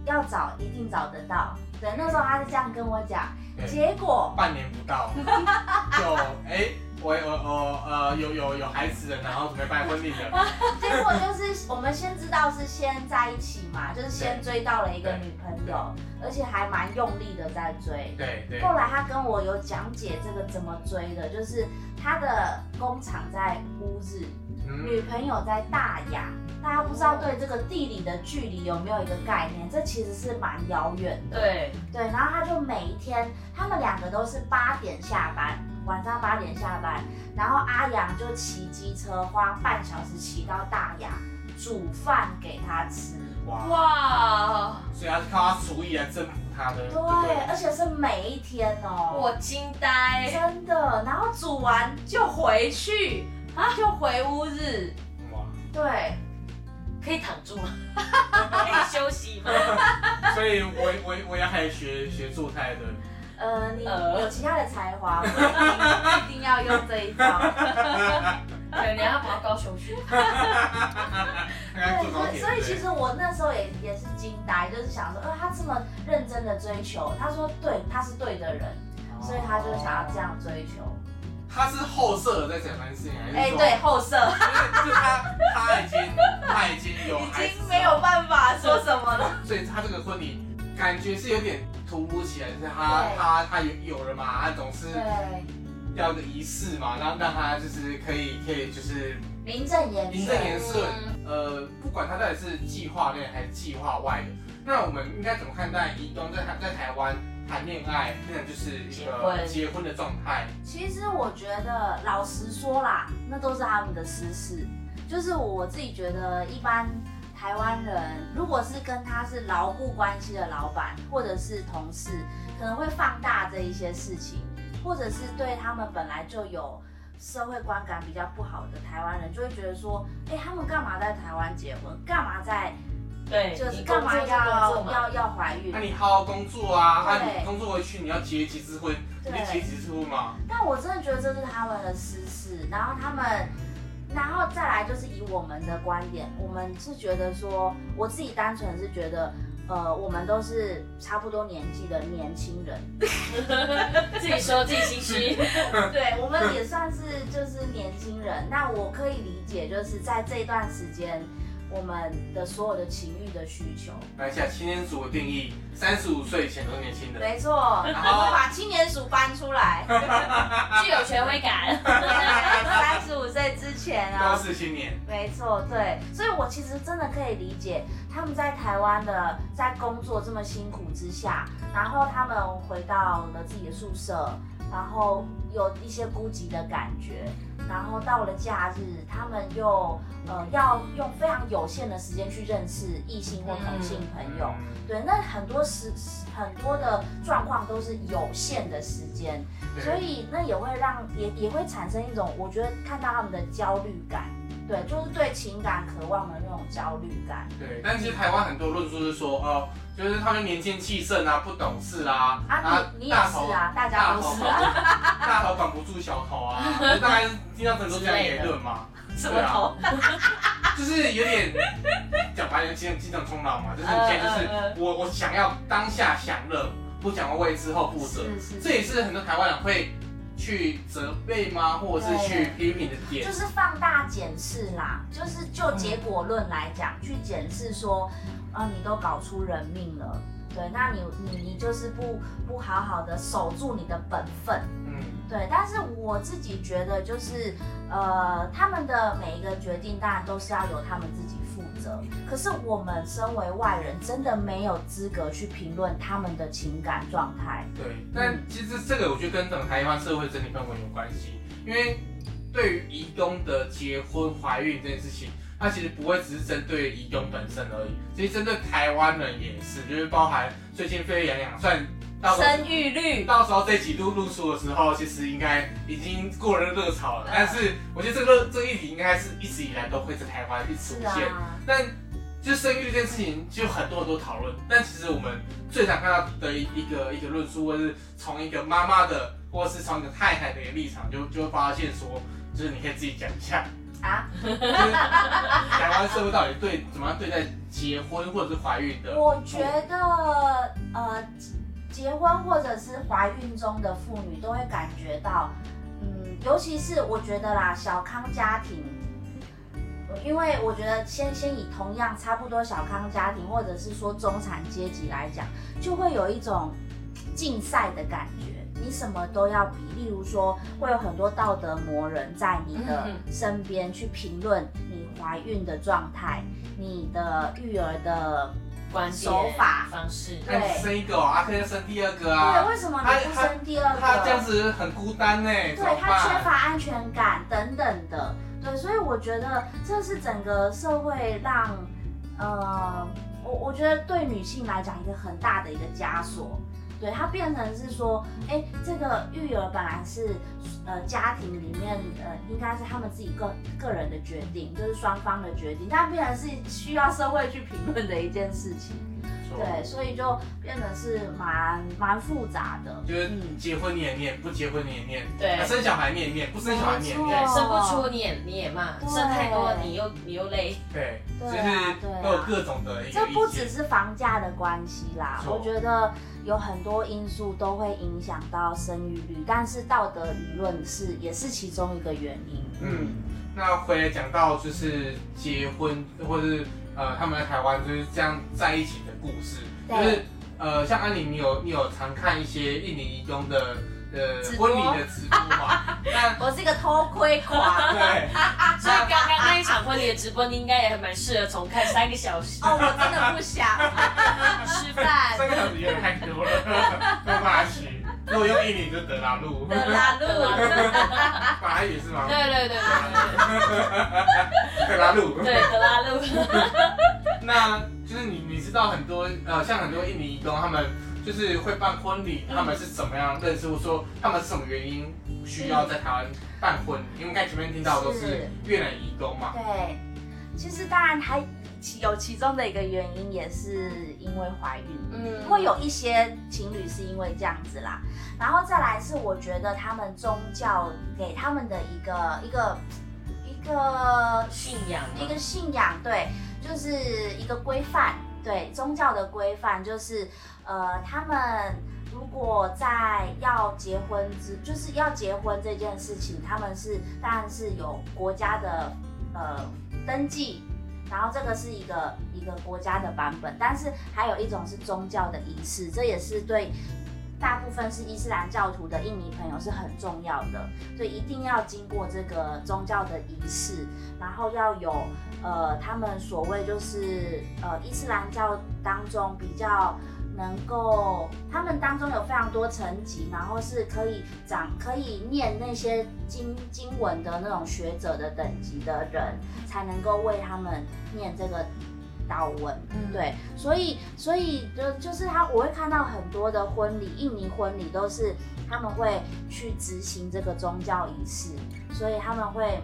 Speaker 4: 要找一定找得到，对，那时候他是这样跟我讲，
Speaker 3: 对
Speaker 4: 结果
Speaker 3: 半年不
Speaker 4: (laughs)
Speaker 3: 到，就哎、我我我呃有有有孩子了，然后准备办婚礼
Speaker 4: (laughs)
Speaker 3: 了，
Speaker 4: 结果就是我们先知道是先在一起嘛，就是先追到了一个女朋友，而且还蛮用力的在追。
Speaker 3: 对对
Speaker 4: 后来他跟我有讲解这个怎么追的，就是他的工厂在乌日，
Speaker 3: 嗯，
Speaker 4: 女朋友在大雅，大家不知道对这个地理的距离有没有一个概念？这其实是蛮遥远的。
Speaker 5: 对，
Speaker 4: 对，然后他就每一天，他们两个都是八点下班，晚上八点下班，然后阿阳就骑机车花半小时骑到大雅，煮饭给他吃。
Speaker 3: 哇，
Speaker 5: 哇，
Speaker 3: 所以他是靠他厨艺来征服他的，
Speaker 4: 对，而且是每一天哦。
Speaker 5: 我惊呆，
Speaker 4: 真的，然后煮完就回去，啊，就回乌日。
Speaker 3: 哇，
Speaker 4: 对，
Speaker 5: 可以躺住吗？可以休息吗？
Speaker 3: 所以我我我也还学学做菜的，
Speaker 4: 呃，你
Speaker 5: 呃
Speaker 4: 有其他的才华，不 (laughs) 一定要用这一招。
Speaker 5: 对，你要跑高雄去。
Speaker 3: 啊大概
Speaker 4: 对，
Speaker 3: 做高
Speaker 4: 所以
Speaker 3: 铁，
Speaker 4: 所以其实我那时候也也是惊呆，就是想说，呃，他这么认真的追求，他说对，他是对的人，
Speaker 3: 哦
Speaker 4: 所以他就想要这。样追求。
Speaker 3: 他是后设的在讲这件事情，还是
Speaker 4: 哎，
Speaker 3: 说
Speaker 4: 对，，后设
Speaker 3: 就是就是他他已经他已经有
Speaker 4: 已
Speaker 3: 孩子
Speaker 4: 经没有办法说什么
Speaker 3: (laughs)
Speaker 4: 了。
Speaker 3: 所以他这个婚礼感觉是有点突如其来，就是他
Speaker 4: 对
Speaker 3: 他他有有了嘛，他总是
Speaker 4: 对，
Speaker 3: 要个仪式嘛，让让他就是可以可以就是
Speaker 4: 名正言
Speaker 3: 名正
Speaker 4: 顺。
Speaker 3: 言顺，
Speaker 4: 嗯
Speaker 3: 呃，不管他到底是计划内还是计划外的，那我们应该怎么看待移东在台在台湾谈恋爱，那就是一
Speaker 5: 结
Speaker 3: 个
Speaker 5: 婚
Speaker 3: 结婚的状态？
Speaker 4: 其实我觉得，老实说啦，那都是他们的私事。就是我自己觉得，一般台湾人如果是跟他是牢固关系的老板或者是同事，可能会放大这一些事情，或者是对他们本来就有社会观感比较不好的台湾人，就会觉得说，哎、他们干嘛在台湾结婚？干嘛在
Speaker 5: 对，
Speaker 4: 就是
Speaker 5: 哎你
Speaker 4: 干嘛
Speaker 5: 工作就工作
Speaker 4: 要
Speaker 5: 嘛
Speaker 4: 要要怀孕
Speaker 3: 那、？哎你好好工作啊，那、
Speaker 4: 对
Speaker 3: 你工作回去你要结几次婚，你
Speaker 4: 对
Speaker 3: 就结几次婚嘛？
Speaker 4: 但我真的觉得这是他们的私事，然后他们，然后再来就是以我们的观点，我们是觉得说，我自己单纯是觉得，呃，我们都是差不多年纪的年轻人，
Speaker 5: 自己说自己心虚。
Speaker 4: 对我们也算是就是年轻人。那我可以理解，就是在这段时间，我们的所有的情欲的需求，
Speaker 3: 来一下青年组的定义，三十五岁以前都是年轻人。
Speaker 4: 没错，我会把青年署搬出来，
Speaker 5: 具有权威感。
Speaker 4: 三十五岁之前啊，
Speaker 3: 都是青年，
Speaker 4: 没错，对，所以我其实真的可以理解他们在台湾的在工作这么辛苦之下，然后他们回到了自己的宿舍，然后有一些孤寂的感觉，然后到了假日，他们又呃要用非常有限的时间去认识异性或同性朋友，对，那很多时很多的状况都是有限的时间，
Speaker 3: 嗯对
Speaker 4: 所以那也会让也也会产生一种，我觉得看到他们的焦虑感，对，就是对情感渴望的那种焦虑感。
Speaker 3: 对，但其实台湾很多论述是说，哦，就是他们年轻气盛啊，不懂事啊，
Speaker 4: 啊，你你也
Speaker 3: 大头
Speaker 4: 是啊，大家
Speaker 3: 大
Speaker 4: 都
Speaker 3: 头
Speaker 4: 是 (laughs) 啊，
Speaker 3: 大头管不住小头
Speaker 4: (laughs)
Speaker 3: 啊，就大概听到很多这样的言论嘛，
Speaker 5: 什么头？
Speaker 3: 就是有点讲白了，精精神冲脑嘛，
Speaker 4: 嗯
Speaker 3: 就是你现在就是我我想要当下享乐，不想要为之后负责，
Speaker 4: 是是
Speaker 3: 这也是很多台湾人会去责备吗，或者是去批评的点
Speaker 4: 哎就。是放大检视啦，
Speaker 3: 嗯
Speaker 4: 就是就结果论来讲，去检视说，啊，你都搞出人命了，对，那你你你就是不不好好的守住你的本分，
Speaker 3: 嗯，
Speaker 4: 对，但是我自己觉得就是，呃，他们的每一个决定当然都是要由他们自己负责。可是我们身为外人，真的没有资格去评论他们的情感状态。
Speaker 3: 对。但其实这个我觉得跟整个台湾社会整体氛围有关系，因为对于移工的结婚、怀孕这件事情，它其实不会只是针对移工本身而已，其实针对台湾人也是，就是包含最近沸沸扬扬，算到时候
Speaker 5: 生育率
Speaker 3: 到时候这几度露出的时候，其实应该已经过了热潮了。但是我觉得这个热这个议题应该是一直以来都会在台湾一直出
Speaker 4: 是
Speaker 3: 现。
Speaker 4: 啊，
Speaker 3: 但就生育这件事情，就很多很多讨论。但其实我们最常看到的一一个一个论述，或是从一个妈妈的，或是从一个太太的一个立场，就就会发现说，就是你可以自己讲一下
Speaker 4: 啊，
Speaker 3: 就是台湾社会到底对怎么样对待结婚或者是怀孕的？
Speaker 4: 我觉得呃，结婚或者是怀孕中的妇女都会感觉到，嗯，尤其是我觉得啦，小康家庭，呃因为我觉得先先以同样差不多小康家庭或者是说中产阶级来讲，就会有一种竞赛的感觉。你什么都要比，例如说会有很多道德魔人在你的
Speaker 5: 嗯
Speaker 4: 身边去评论你怀孕的状态、你的育儿的
Speaker 5: 观点
Speaker 4: 手法
Speaker 5: 方式，
Speaker 3: 那你生一个、哦，阿、啊、可以生第二个啊
Speaker 4: 对，。为什么你不生第二个？
Speaker 3: 他这样子很孤单呢，怎么
Speaker 4: 对他缺
Speaker 3: 办？
Speaker 4: 乏安全感等等的，对，所以我觉得这是整个社会让，呃，我我觉得对女性来讲一个很大的一个枷锁。对，它变成是说，哎，这个育儿本来是，呃，家庭里面，呃，应该是他们自己个个人的决定，就是双方的决定，但变成是需要社会去评论的一件事情。对，所以嗯就变得是蛮蛮复杂的。
Speaker 3: 就是你结婚你也念，不结婚你也念，
Speaker 5: 对
Speaker 3: 啊生小孩你也念，不生小孩你也
Speaker 4: 没
Speaker 3: 念
Speaker 5: 对，
Speaker 4: 错，
Speaker 5: 生不出你也你也骂，
Speaker 4: 对
Speaker 5: 生太多你又你又累，
Speaker 3: 对，
Speaker 4: 对
Speaker 3: 就
Speaker 4: 啊
Speaker 3: 是
Speaker 4: 对啊啊
Speaker 3: 都有各种的一个
Speaker 4: 这
Speaker 3: 意
Speaker 4: 不
Speaker 3: 见
Speaker 4: 只是房价的关系啦，
Speaker 3: 错
Speaker 4: 我觉得有很多因素都会影响到生育率，但是道德理论是也是其中一个原因。
Speaker 3: 嗯，那回来讲到就是结婚或是呃他们在台湾就是这样在一起的故事，就
Speaker 4: 对
Speaker 3: 是呃像安妮，你有你有常看一些印尼移工的呃
Speaker 5: 直播
Speaker 3: 婚礼的直播
Speaker 4: (laughs)
Speaker 3: 嘛？那
Speaker 4: 我是一个偷窥狂
Speaker 3: 对，
Speaker 5: 所以刚刚那一场婚礼的直播，你应该也蛮适合重看三个小时，
Speaker 4: (laughs) 哦，我真的不想吃饭
Speaker 3: 三个小时有点太多了，
Speaker 4: (laughs)
Speaker 3: 没有办法洗。如果用印尼就德拉路，
Speaker 4: 的啦路。
Speaker 3: 马来语是吗
Speaker 5: 对？对对对对
Speaker 3: 德拉路。
Speaker 5: 对，对德拉路，
Speaker 3: 那就是你你知道很多呃，像很多印尼移工，他们就是会办婚礼，他们是怎么样认识，或说他们是什么原因需要
Speaker 5: 嗯
Speaker 3: 在台湾办婚礼？因为刚才前面听到的都是
Speaker 4: 是
Speaker 3: 越南移工嘛，
Speaker 4: 对，其实当然还其有其中的一个原因，也是因为怀孕。
Speaker 5: 嗯
Speaker 4: 会有一些情侣是因为这样子啦，然后再来是我觉得他们宗教给他们的一个一个一个
Speaker 5: 信仰嘛
Speaker 4: 一个信仰，对，就是一个规范，对，宗教的规范就是呃，他们如果在要结婚之，就是要结婚这件事情，他们是当然是有国家的呃登记。然后这个是一个一个国家的版本，但是还有一种是宗教的仪式，这也是对大部分是伊斯兰教徒的印尼朋友是很重要的，所以一定要经过这个宗教的仪式，然后要有呃，他们所谓就是呃，伊斯兰教当中比较能够，他们当中有非常多层级，然后是可以长可以念那些经经文的那种学者的等级的人，才能够为他们念这个祷文。
Speaker 5: 嗯
Speaker 4: 对，所以所以就就是他，我会看到很多的婚礼，印尼婚礼都是他们会去执行这个宗教仪式，所以他们会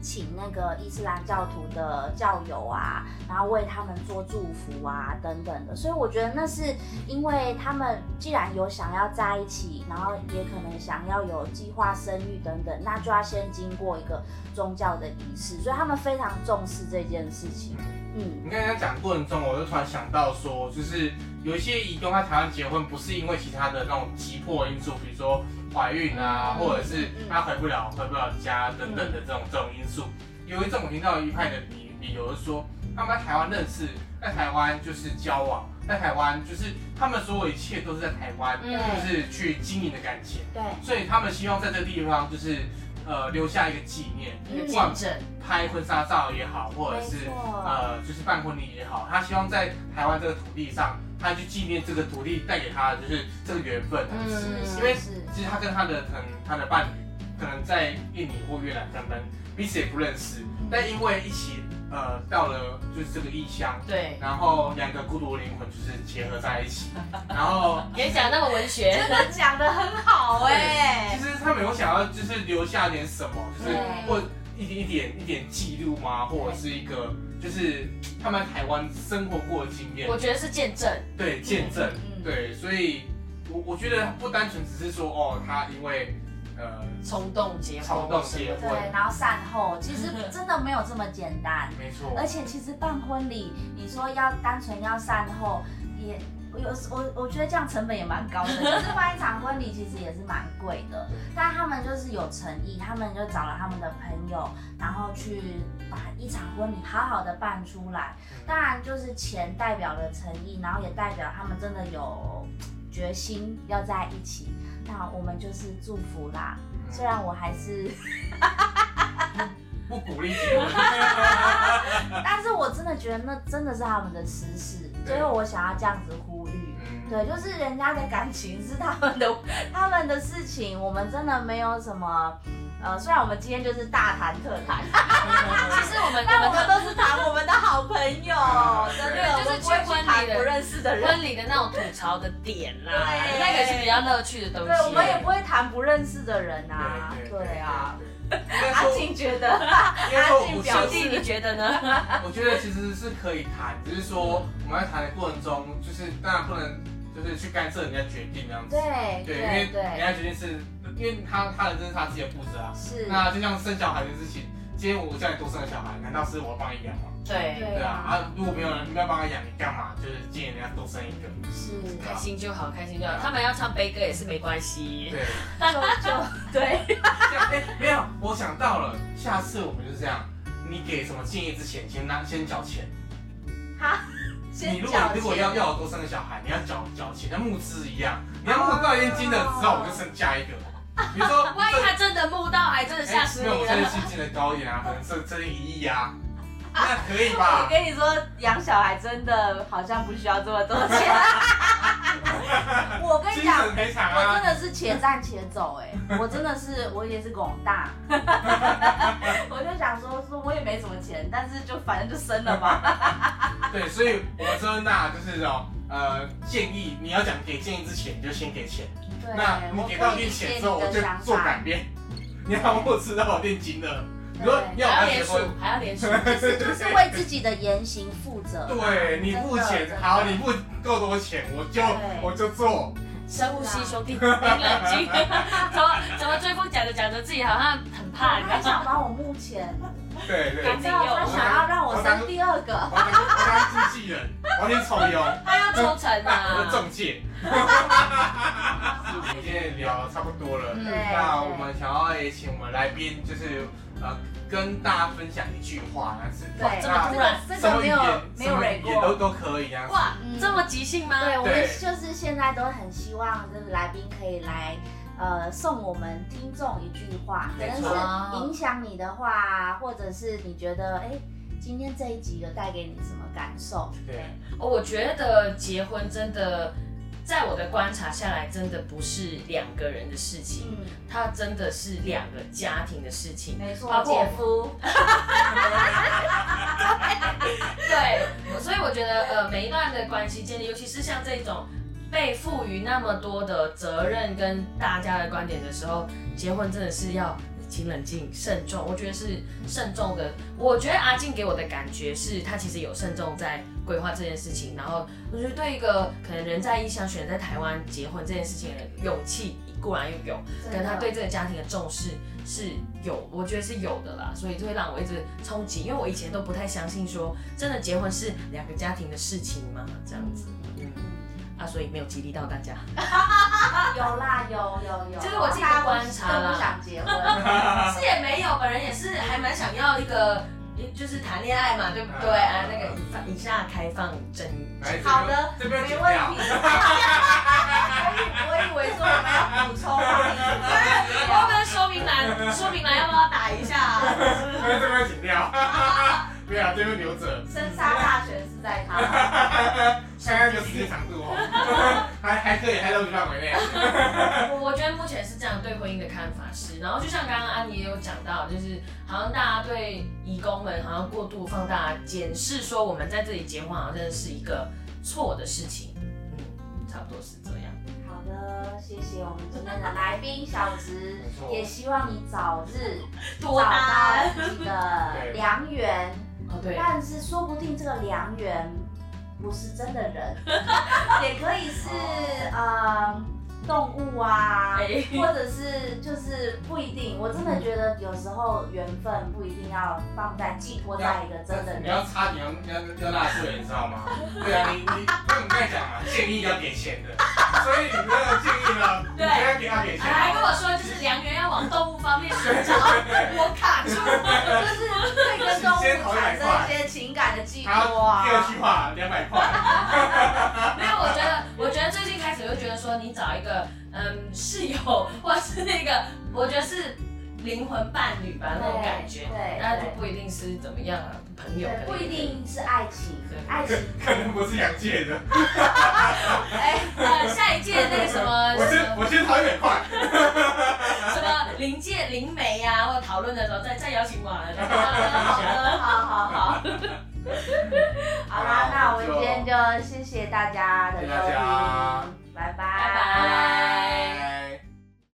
Speaker 4: 请那个伊斯兰教徒的教友啊，然后为他们做祝福啊等等的。所以我觉得那是因为他们既然有想要在一起，然后也可能想要有计划生育等等，那就要先经过一个宗教的仪式，所以他们非常重视这件事情。嗯，
Speaker 3: 你刚才讲过程中，我就突然想到说，就是有一些移工在台湾结婚，不是因为其他的那种急迫因素，比如说怀孕啊，
Speaker 5: 嗯
Speaker 3: 或者是他回不了、回不了家等等的这种这种因素。有一种我听到一派的理理由是说，他们在台湾认识，在台湾就是交往，在台湾就是他们所有一切都是在台湾，
Speaker 5: 嗯
Speaker 3: 就是去经营的感情，
Speaker 4: 对，
Speaker 3: 所以他们希望在这个地方就是呃留下一个纪念，
Speaker 5: 一个
Speaker 3: 不管
Speaker 5: 见证，
Speaker 3: 拍婚纱照也好，或者
Speaker 4: 没
Speaker 3: 是
Speaker 4: 错
Speaker 3: 呃就是办婚礼也好，他希望在台湾这个土地上，他去纪念这个土地带给他的就是这个缘分，
Speaker 5: 嗯，
Speaker 3: 因为
Speaker 5: 是
Speaker 3: 其实他跟他的可能他的伴侣，可能在印尼或越南，他们彼此也不认识，
Speaker 4: 嗯
Speaker 3: 但因为一起呃到了就是这个异乡，
Speaker 5: 对，
Speaker 3: 然后两个孤独的灵魂就是结合在一起，然后
Speaker 5: 也讲那么文学，
Speaker 4: 真的讲的很好哎、
Speaker 3: 其实他们有想要就是留下点什么，就是
Speaker 5: 对
Speaker 3: 或一一点一点记录吗，或者是一个就是他们台湾生活过的经验
Speaker 5: 我，觉得是见证，
Speaker 3: 对见证，
Speaker 4: 嗯
Speaker 3: 对，所以我我觉得不单纯只是说哦，他因为呃
Speaker 5: 冲动结婚，
Speaker 3: 冲动结婚
Speaker 4: 对，然后善后，其
Speaker 3: (laughs)
Speaker 4: 实真的没有这么简单。
Speaker 3: 没错，
Speaker 4: 而且其实办婚礼，你说要单纯要善后，也我有时我我觉得这样成本也蛮高的。可是办一场婚礼其实也是蛮贵的，但他们就是有诚意，他们就找了他们的朋友，然后去把一场婚礼好好的办出来。当然就是钱代表了诚意，然后也代表他们真的有决心要在一起。那我们就是祝福啦，
Speaker 3: 嗯
Speaker 4: 虽然我还是。
Speaker 3: 不鼓励
Speaker 4: (laughs)
Speaker 3: 结婚， (laughs)
Speaker 4: 但是我真的觉得那真的是他们的私事，所以我想要这样子呼吁。
Speaker 3: 嗯，
Speaker 4: 对，就是人家的感情是他们的， (laughs) 他们的事情，我们真的没有什么。呃，虽然我们今天就是大谈特谈，
Speaker 5: 其实我们
Speaker 4: 但
Speaker 5: 我
Speaker 4: 我
Speaker 5: 们
Speaker 4: 们
Speaker 5: 的
Speaker 4: 都是谈我们的好朋友，哦真
Speaker 5: 对
Speaker 4: 的，我
Speaker 5: 就是
Speaker 4: 们不会去
Speaker 5: 去婚礼
Speaker 4: 谈
Speaker 5: 的
Speaker 4: 不认识的人，
Speaker 5: 婚礼的那种吐槽的点啦，
Speaker 4: 对
Speaker 5: 那个是比较乐趣的东西。
Speaker 4: 对，我们也不会谈不认识的人啊，对啊。，
Speaker 3: 应该
Speaker 4: 阿
Speaker 3: 说，
Speaker 4: 静觉得，
Speaker 3: 应该说
Speaker 4: 阿静
Speaker 3: 我
Speaker 4: 表
Speaker 5: 小
Speaker 3: 相
Speaker 5: 弟，
Speaker 3: 信，
Speaker 5: 你觉得呢？
Speaker 4: (laughs)
Speaker 3: 我觉得其实是可以谈，只是说我们在谈的过程中，就是当然不能就是去干涉人家决定这样子，
Speaker 4: 对
Speaker 3: 对，因为
Speaker 4: 对
Speaker 3: 人
Speaker 4: 对，
Speaker 3: 家决定是，因为他他人真是他自己的步子啊，
Speaker 4: 是，
Speaker 3: 那就像生小孩的事情，今天我叫你多生个小孩，难道是我帮你养吗？
Speaker 5: 对，
Speaker 4: 对
Speaker 3: 对啊，
Speaker 4: 啊，
Speaker 3: 啊，如果没有人没有帮他养，你干嘛？就是建议人家多生一个，
Speaker 4: (laughs) 是，
Speaker 5: 开心就好，开心就好。他们要唱悲歌也是没关系。
Speaker 3: 对。
Speaker 4: 就就
Speaker 3: (laughs)
Speaker 4: 对，
Speaker 3: 这样哎，没有，我想到了，下次我们就是这样，你给什么建议之前，先拿先缴钱。
Speaker 4: 哈，
Speaker 3: 你
Speaker 4: 先
Speaker 3: 如果
Speaker 4: 讲
Speaker 3: 如果要要我多生个小孩，你要缴缴钱，像募资一样，你要募
Speaker 4: 哦
Speaker 3: 到一定金额之后，我就生下一个。比如
Speaker 4: (laughs)
Speaker 3: 说，
Speaker 5: (laughs) 万一
Speaker 3: 这
Speaker 5: 他真的募到，还真的吓死
Speaker 3: 哎
Speaker 5: 你
Speaker 3: 没有，我真的
Speaker 5: 了。
Speaker 3: 是金额高一点啊，可能是真一亿啊，那可以吧
Speaker 4: 我？跟你说，养小孩真的好像不需要这么多
Speaker 3: (laughs)
Speaker 4: 钱。 (laughs) 我跟你
Speaker 3: 精
Speaker 4: 讲，
Speaker 3: 神赔偿
Speaker 4: 我真
Speaker 3: 啊，
Speaker 4: 的是且战且走、哎，我真的是，我也是拱大， (laughs) 我就想说，说我也没什么钱，但是就反正就生了吧。
Speaker 3: 对，所以我们说那就是哦，呃，建议你要讲给建议之前，你就先给钱。
Speaker 4: 对
Speaker 3: 那你给到一定钱之后，我就做改变。 (laughs) 你让我知道我定金了，你说
Speaker 4: 对
Speaker 3: 要我要
Speaker 5: 还要连
Speaker 3: 结
Speaker 5: 署
Speaker 3: 婚，，
Speaker 5: 还要
Speaker 3: (laughs)
Speaker 5: 连署。
Speaker 4: 就是就是为自己的言行负责。啊
Speaker 3: 对你付
Speaker 4: 真的
Speaker 3: 钱，好，你付够多钱，我就
Speaker 4: 对
Speaker 3: 我就做。
Speaker 5: 深呼吸，兄弟，你冷静。怎么怎么追风讲着讲着，自己好像很怕，你
Speaker 4: 他
Speaker 5: 知道
Speaker 4: 想
Speaker 5: 吗？
Speaker 4: 帮我募钱，
Speaker 3: 对对，
Speaker 4: 你知道他想要让我生第二个。
Speaker 3: 我当
Speaker 4: (laughs)
Speaker 3: 我当经纪人，我当丑油，
Speaker 5: 他要抽成
Speaker 3: 那我 (laughs)
Speaker 5: 啊
Speaker 3: 的。中介。
Speaker 4: 啊
Speaker 3: 我们今天聊得差不多了，
Speaker 5: 嗯
Speaker 4: 对，
Speaker 3: 那
Speaker 4: 对
Speaker 3: 我们想要也请我们来宾，就是呃跟大家分享一句话，但是
Speaker 4: 对，
Speaker 5: 这么突然
Speaker 4: 这个
Speaker 3: 什
Speaker 4: 这
Speaker 3: 么
Speaker 4: 个没
Speaker 3: 语
Speaker 4: 有
Speaker 3: 言
Speaker 4: 没有
Speaker 3: 什么
Speaker 4: 蕊
Speaker 3: 语
Speaker 4: 过
Speaker 3: 言。都都可以啊。
Speaker 5: 哇
Speaker 4: 嗯，
Speaker 5: 这么即兴吗？
Speaker 4: 对，我们
Speaker 3: 对
Speaker 4: 就是现在都很希望，就是来宾可以来，呃，送我们听众一句话，可
Speaker 3: 没
Speaker 4: 能
Speaker 3: 错
Speaker 4: 是影响你的话啊，或者是你觉得，哎，今天这一集有带给你什么感受？
Speaker 3: 对。
Speaker 5: 我觉得结婚真的，在我的观察下来，真的不是两个人的事情，
Speaker 4: 嗯，
Speaker 5: 它真的是两个家庭的事情。
Speaker 4: 没错
Speaker 5: 包括
Speaker 4: (laughs) 姐夫，
Speaker 5: 对，所以我觉得呃，每一段的关系建立，尤其是像这种被赋予那么多的责任跟大家的观点的时候，结婚真的是要。请冷静、慎重，我觉得是慎重的。我觉得阿静给我的感觉是，她其实有慎重在规划这件事情。然后，我觉得对一个可能人在异乡、选择在台湾结婚这件事情的人，勇气固然又有，跟他对这个家庭的重视是有，我觉得是有的啦，所以就会让我一直冲击，因为我以前都不太相信说，真的结婚是两个家庭的事情吗？这样子，嗯，啊，所以没有激励到大家，
Speaker 4: 有啦，有有有，
Speaker 5: 这是我自己的观察
Speaker 4: 大
Speaker 5: 啦
Speaker 4: 家都不想结婚，
Speaker 5: 是也没有，本人也是还蛮想要一个就是谈恋爱嘛，对不对？啊，那个以放以下开放争议。
Speaker 3: 来
Speaker 4: 好的，
Speaker 3: 这边
Speaker 4: 没
Speaker 3: 剪
Speaker 4: 问
Speaker 3: 掉
Speaker 4: 题。我以我以为说我们要补充话题，
Speaker 5: (laughs) 要不要说明栏？说明栏要不要打一下、啊？
Speaker 3: (laughs) 这边这边剪掉， (laughs) 没有，啊这边留着。
Speaker 4: 生杀大权是在他。
Speaker 3: 刚刚就时间长度哦，还还可以，还都不范围内。
Speaker 5: 我我觉得目前是这样，对婚姻的看法是，然后就像刚刚安妮也有讲到，就是好像大家对义工们好像过度放大检视，说我们在这里结婚好像真的是一个错的事情，嗯，差不多是这样。
Speaker 4: 好的，谢谢我们今天的来宾小植
Speaker 3: 没，错
Speaker 4: 也希望你早日
Speaker 5: 多
Speaker 4: 找到
Speaker 5: 单
Speaker 4: 自己的良缘，
Speaker 5: 哦，对，
Speaker 4: 但是说不定这个良缘不是真的
Speaker 5: (laughs)
Speaker 4: 人，也可以是呃动物啊，
Speaker 5: 哦哎
Speaker 4: 或者是就是不一定。我真的觉得有时候缘分不一定要放在寄托在一个真的
Speaker 3: 你
Speaker 4: 人
Speaker 3: 要。擦，你要要要纳税，你知道
Speaker 4: (laughs)
Speaker 3: 吗？对啊，你你不能再讲嘛，建议要给钱
Speaker 4: (laughs)
Speaker 3: 的，所以你那个建议呢，你不要给他给钱。哦
Speaker 5: 还跟我啊说就是良缘要往动物方面寻找，我卡住了。
Speaker 4: 就是会跟动物产生一些情感的寄托啊
Speaker 3: 第。二句话两百块，
Speaker 5: 没有，我觉得，我觉得最近开始就觉得说，你找一个嗯室友，或是那个，我觉得是灵魂伴侣吧，那种感觉
Speaker 4: 对对，
Speaker 5: 那就不一定是怎么样啊，朋友
Speaker 4: 对，不
Speaker 5: 可能也
Speaker 4: 一定是爱情，爱情
Speaker 3: 可能不是杨介
Speaker 4: (laughs)
Speaker 3: 的，
Speaker 4: 哎，
Speaker 5: 呃，下一届那个什么
Speaker 3: 我
Speaker 5: 什
Speaker 3: 先
Speaker 5: 么
Speaker 3: 我先掏一百块，
Speaker 5: 什么灵界灵媒啊，或者讨论的时候再再邀请我来。
Speaker 4: 好的，好好 (laughs) 好。好啦，那我们今天就谢谢大家的收
Speaker 3: 谢谢大家
Speaker 4: 听，拜拜。
Speaker 5: 拜拜。
Speaker 3: 哎